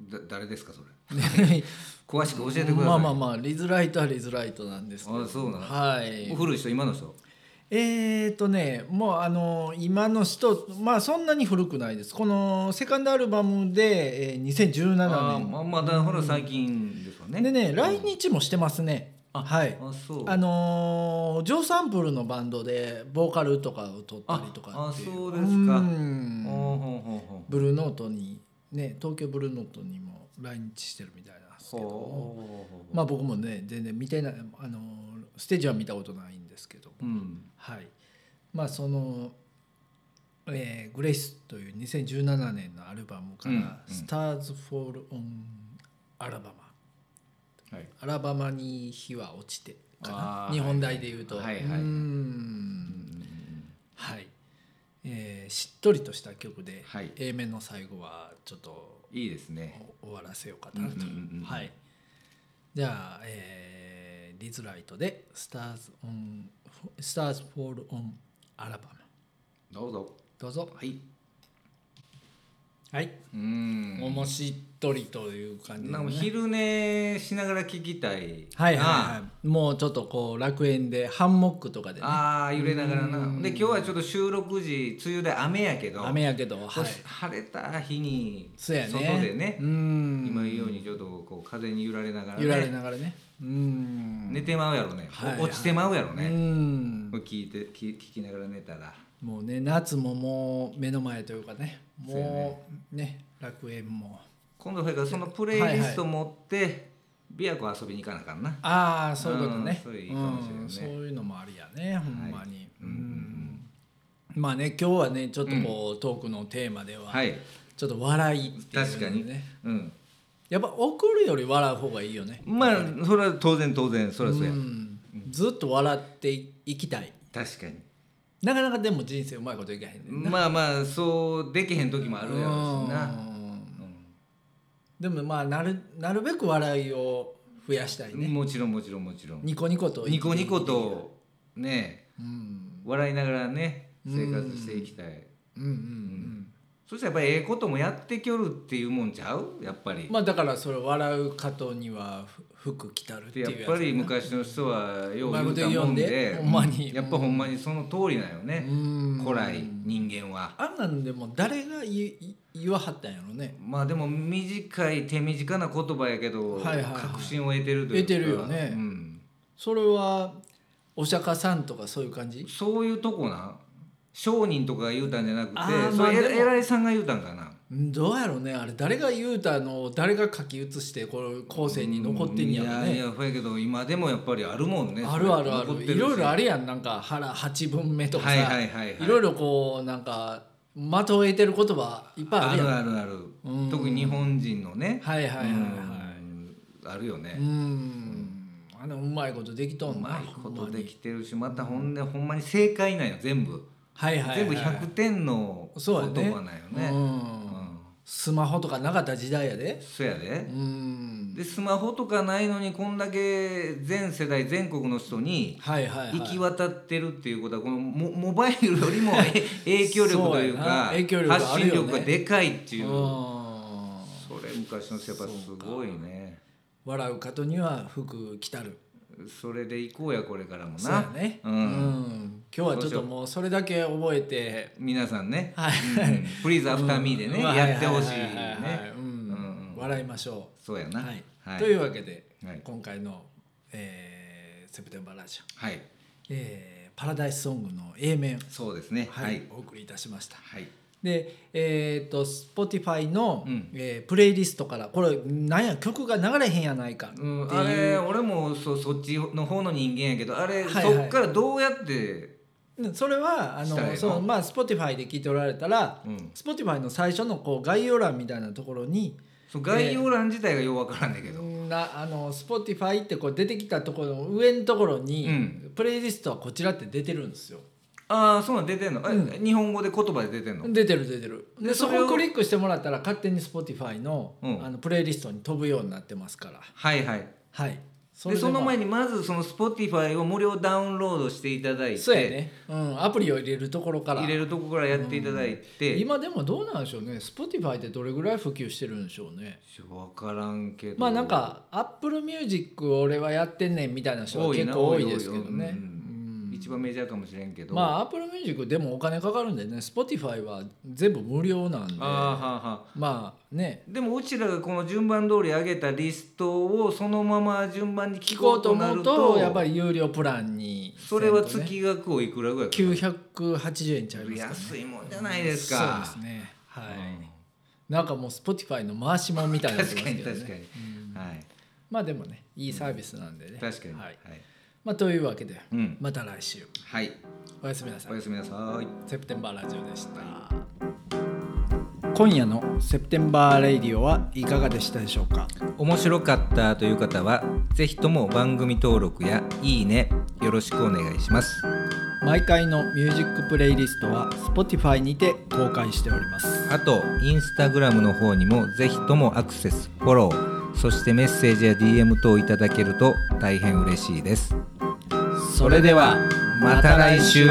Speaker 1: だ誰ですかそれ
Speaker 2: ね
Speaker 1: 詳しく教えてください
Speaker 2: まあまあまあリズライトはリズライトなんですけど
Speaker 1: あそうなの
Speaker 2: はい
Speaker 1: 古い人今の人
Speaker 2: えー、とねもうあの今の人まあそんなに古くないですこのセカンドアルバムで、えー2017
Speaker 1: あー
Speaker 2: 年
Speaker 1: まあまあだから最近ですよね
Speaker 2: でね来日もしてますね、はい
Speaker 1: あそう
Speaker 2: あのージョーサンプルのバンドでボーカルとかを取ったりとかってい
Speaker 1: あ
Speaker 2: う
Speaker 1: あそうですか
Speaker 2: うん
Speaker 1: ほうほうほうほう
Speaker 2: ブルーノートにね東京ブルーノートにも来日してるみたいなんですけど
Speaker 1: ほう
Speaker 2: まあ僕もね全然見てない、あのーステージは見たことないんですけども、
Speaker 1: うん
Speaker 2: はいまあその「えー、グレイス」という2017年のアルバムか
Speaker 1: うんうん
Speaker 2: ら「スターズ・フォール・オン・アラバマ」
Speaker 1: はい
Speaker 2: アラバマに火は落ちてかな
Speaker 1: あー
Speaker 2: 日本大で言うと、
Speaker 1: はいはいはい
Speaker 2: うんはいえーしっとりとした曲で、
Speaker 1: はい
Speaker 2: A 面の最後はちょっと
Speaker 1: いいですね
Speaker 2: お終わらせようかなと、
Speaker 1: うんうんうんうん
Speaker 2: はいじゃあ、えーリズライトで「スターズ・オン・スターズ・フォール・オン・アラバマ
Speaker 1: どうぞ」
Speaker 2: どうぞ
Speaker 1: はい
Speaker 2: はい、
Speaker 1: うん
Speaker 2: 面白とりという感じ
Speaker 1: な
Speaker 2: の
Speaker 1: んか
Speaker 2: ね、
Speaker 1: 昼寝しながら聞きたい
Speaker 2: はいはい
Speaker 1: な
Speaker 2: はいもうちょっとこう楽園でハンモックとかでね
Speaker 1: ああ揺れながらなで今日はちょっと収録時梅雨で雨やけど
Speaker 2: 雨やけどはい
Speaker 1: 晴れた日に
Speaker 2: そうやね
Speaker 1: 外でね
Speaker 2: うん
Speaker 1: 今言うようにちょっとこう風に揺られながら,、ね、
Speaker 2: 揺られながらねうん
Speaker 1: 寝てまうやろね、
Speaker 2: はいはい
Speaker 1: 落ちてまうやろ
Speaker 2: う
Speaker 1: ね、
Speaker 2: ん
Speaker 1: これ聞いて聞聞きながら寝たら
Speaker 2: もうね夏ももう目の前というかね
Speaker 1: そうや
Speaker 2: もうね楽園も
Speaker 1: 今度それからそのプレイリスト持って琵琶湖遊びに行かなあかんな、
Speaker 2: ああそういうことね
Speaker 1: うんそういういいかもしれんね
Speaker 2: うんそういうのもありやねほんまにうんまあね今日はねちょっとこうトークのテーマでは
Speaker 1: はい、
Speaker 2: ちょっと笑いっていうね
Speaker 1: 確かにうん
Speaker 2: やっぱ怒るより笑う方がいいよね
Speaker 1: まあそれは当然当然それはそうや、
Speaker 2: うんずっと笑っていきたい
Speaker 1: 確かに
Speaker 2: なかなかでも人生うまいこといかへんねんな
Speaker 1: まあまあそうできへん時もあるやろうしな
Speaker 2: でもまあなるなるべく笑いを増やしたいね
Speaker 1: もちろんもちろんもちろん
Speaker 2: ニコニコと
Speaker 1: ニコニコとね笑いながらね生活していきたい
Speaker 2: うんうんうん
Speaker 1: そしたらやっぱりええこともやってきょるっていうもんちゃうやっぱり
Speaker 2: まあだからそれ笑う加藤にはふ服着たるっ
Speaker 1: で
Speaker 2: ていう
Speaker 1: や
Speaker 2: や
Speaker 1: っ
Speaker 2: つ
Speaker 1: ぱり昔の人はよう言うた
Speaker 2: うまいこと言う
Speaker 1: も
Speaker 2: も
Speaker 1: ん
Speaker 2: ん
Speaker 1: で
Speaker 2: でほんまに
Speaker 1: やっぱほんまにその通りなんよね
Speaker 2: うん
Speaker 1: 古来人間は
Speaker 2: あんなんでも誰が言い言わはったんやろね
Speaker 1: まあでも短い手短な言葉やけど
Speaker 2: はいはいはい
Speaker 1: 確信を得てるというか
Speaker 2: 得てるよね
Speaker 1: うん
Speaker 2: それはお釈迦さんとかそういう感じ
Speaker 1: そういうとこな商人とかが言うたんじゃなく
Speaker 2: あ
Speaker 1: て
Speaker 2: ー
Speaker 1: そ
Speaker 2: まあ
Speaker 1: れ
Speaker 2: でも
Speaker 1: え偉いさんが言うたんかな
Speaker 2: うんどうやろうねあれ誰が言うたのを誰が書き写してこれ後世に残ってんやろ
Speaker 1: いやい
Speaker 2: ね
Speaker 1: やそうやけど今でもやっぱりあるもんね
Speaker 2: あるあるあ
Speaker 1: 残っ
Speaker 2: る
Speaker 1: て
Speaker 2: いろいろあ
Speaker 1: る
Speaker 2: るやんなんか腹八分目とかさ、
Speaker 1: はいはいはいはい
Speaker 2: ろいろこうなんかまとえてる言葉いっぱいあ
Speaker 1: あ
Speaker 2: るやん
Speaker 1: るあるある
Speaker 2: うん
Speaker 1: 特に日本人のね
Speaker 2: はいはいはいはい
Speaker 1: うんあるよ
Speaker 2: う
Speaker 1: ね
Speaker 2: んあのうまいことできと
Speaker 1: うん
Speaker 2: な
Speaker 1: まいことでき
Speaker 2: き
Speaker 1: てるしまたほんでほんまに正解なんよ全部
Speaker 2: はいはいは
Speaker 1: 全
Speaker 2: い
Speaker 1: 部100点の言
Speaker 2: そう
Speaker 1: 葉
Speaker 2: や
Speaker 1: な
Speaker 2: ね
Speaker 1: んよ
Speaker 2: う
Speaker 1: ね
Speaker 2: んスマホとかなかった時代やで
Speaker 1: そやで
Speaker 2: うん
Speaker 1: でスマホとかないのにこんだけ全世代全国の人に
Speaker 2: はいはいはい
Speaker 1: 行き渡ってるっていうことはこのモモバイルよ りもえ影響力という
Speaker 2: そうや
Speaker 1: か
Speaker 2: な影響力あるよね
Speaker 1: 発信力がでかいっていううんそれ昔の人やっぱすごいね
Speaker 2: 笑う方には服着たる
Speaker 1: それで行こうやこれからも
Speaker 2: そうや
Speaker 1: な、
Speaker 2: ね
Speaker 1: う
Speaker 2: うんん、今日はちょっともうそれだけ覚えて
Speaker 1: 皆さんね
Speaker 2: はい
Speaker 1: 「プリーズアフターミーでね、
Speaker 2: うん
Speaker 1: やってほしい
Speaker 2: はははは
Speaker 1: ね
Speaker 2: うん
Speaker 1: うん
Speaker 2: 笑いましょ
Speaker 1: そうや
Speaker 2: う、
Speaker 1: な
Speaker 2: はい
Speaker 1: はい
Speaker 2: というわけで、
Speaker 1: はい
Speaker 2: 今回の、えーセプテンバーラジオ」
Speaker 1: はい、
Speaker 2: えーパラダイスソングの A 面、
Speaker 1: そうですね
Speaker 2: は
Speaker 1: はいい
Speaker 2: お送りいたしました
Speaker 1: はい
Speaker 2: でえー、と Spotify の、
Speaker 1: うん
Speaker 2: えープレイリストからこれなんや曲が流れへんやないかっていうう、
Speaker 1: ん、あれ俺もそそっちの方の人間やけどあれ、
Speaker 2: はいはい
Speaker 1: そっからどうやって
Speaker 2: うんそれはあ
Speaker 1: したらええの
Speaker 2: のそうまあ Spotify で聞いておられたら、
Speaker 1: うん
Speaker 2: Spotify の最初のこう概要欄みたいなところに
Speaker 1: そう概要欄自体がようわからんねんけど、
Speaker 2: なあの Spotify ってこう出てきたところの上のところに、
Speaker 1: うん
Speaker 2: プレイリストはこちらって出てるんですよ
Speaker 1: ああそうなん出てんの、え日本語で言葉で出てんの
Speaker 2: 出てる出てるで
Speaker 1: で
Speaker 2: そ
Speaker 1: それ
Speaker 2: こ
Speaker 1: を
Speaker 2: をクリックしてもらったら勝手に Spotify の,、
Speaker 1: うん
Speaker 2: あのプレイリストに飛ぶようになってますから
Speaker 1: はいはい
Speaker 2: はい
Speaker 1: でその前
Speaker 2: に
Speaker 1: にまずその Spotify を無料ダウンロードしていただいて
Speaker 2: そうやね、うん、アプリを入れるところから
Speaker 1: 入れるとこからやっていただいて、
Speaker 2: 今でもどうなんでしょうね Spotify ってどれぐらい普及してるんでしょうね
Speaker 1: 分からんけど
Speaker 2: まあなんか Apple Music 俺はやってんねんみたいな人が結構多いですけどね
Speaker 1: うん一番メジャーかもしれんけど、
Speaker 2: ま
Speaker 1: あ
Speaker 2: あ Apple Music でもお金かかるんでね Spotify は全部無料なんで
Speaker 1: あはあはあ
Speaker 2: まあね
Speaker 1: でもうちらがこの順番通り上げたリストをそのまま順番に
Speaker 2: 聞
Speaker 1: 聞こ
Speaker 2: こ
Speaker 1: う
Speaker 2: う
Speaker 1: と
Speaker 2: と
Speaker 1: な
Speaker 2: 思
Speaker 1: る
Speaker 2: う
Speaker 1: と
Speaker 2: とやっぱり有料プランに
Speaker 1: それは
Speaker 2: せんとね
Speaker 1: 月額をいくらぐらいかかる
Speaker 2: 980円ちゃいますかね
Speaker 1: 安いもんじゃないですか。
Speaker 2: そうですねはい、
Speaker 1: うん
Speaker 2: なんかもう Spotify の回しもんみたいになって
Speaker 1: 確
Speaker 2: ま
Speaker 1: か
Speaker 2: す
Speaker 1: に
Speaker 2: けど、ね、
Speaker 1: 確かに、はい
Speaker 2: まあでもねいいサービスなんでね、
Speaker 1: 確かに
Speaker 2: はい
Speaker 1: はい、
Speaker 2: まあ、というわけで、
Speaker 1: うん
Speaker 2: また来週
Speaker 1: はい、
Speaker 2: おやすみなさ
Speaker 1: お
Speaker 2: い
Speaker 1: やすみなさい。
Speaker 2: セプテンバーラジオでした今夜のセプテンバーレイディオはいかがでしたでしょうか
Speaker 1: 面白かったという方はぜひとも番組登録やいいねよろしくお願いします
Speaker 2: 毎回のミュージックプレイリストは Spotify にて公開しております
Speaker 1: あとインスタグラムの方にもぜひともアクセスフォローそしてメッセージや DM 等いただけると大変嬉しいです
Speaker 2: それでは
Speaker 1: また来週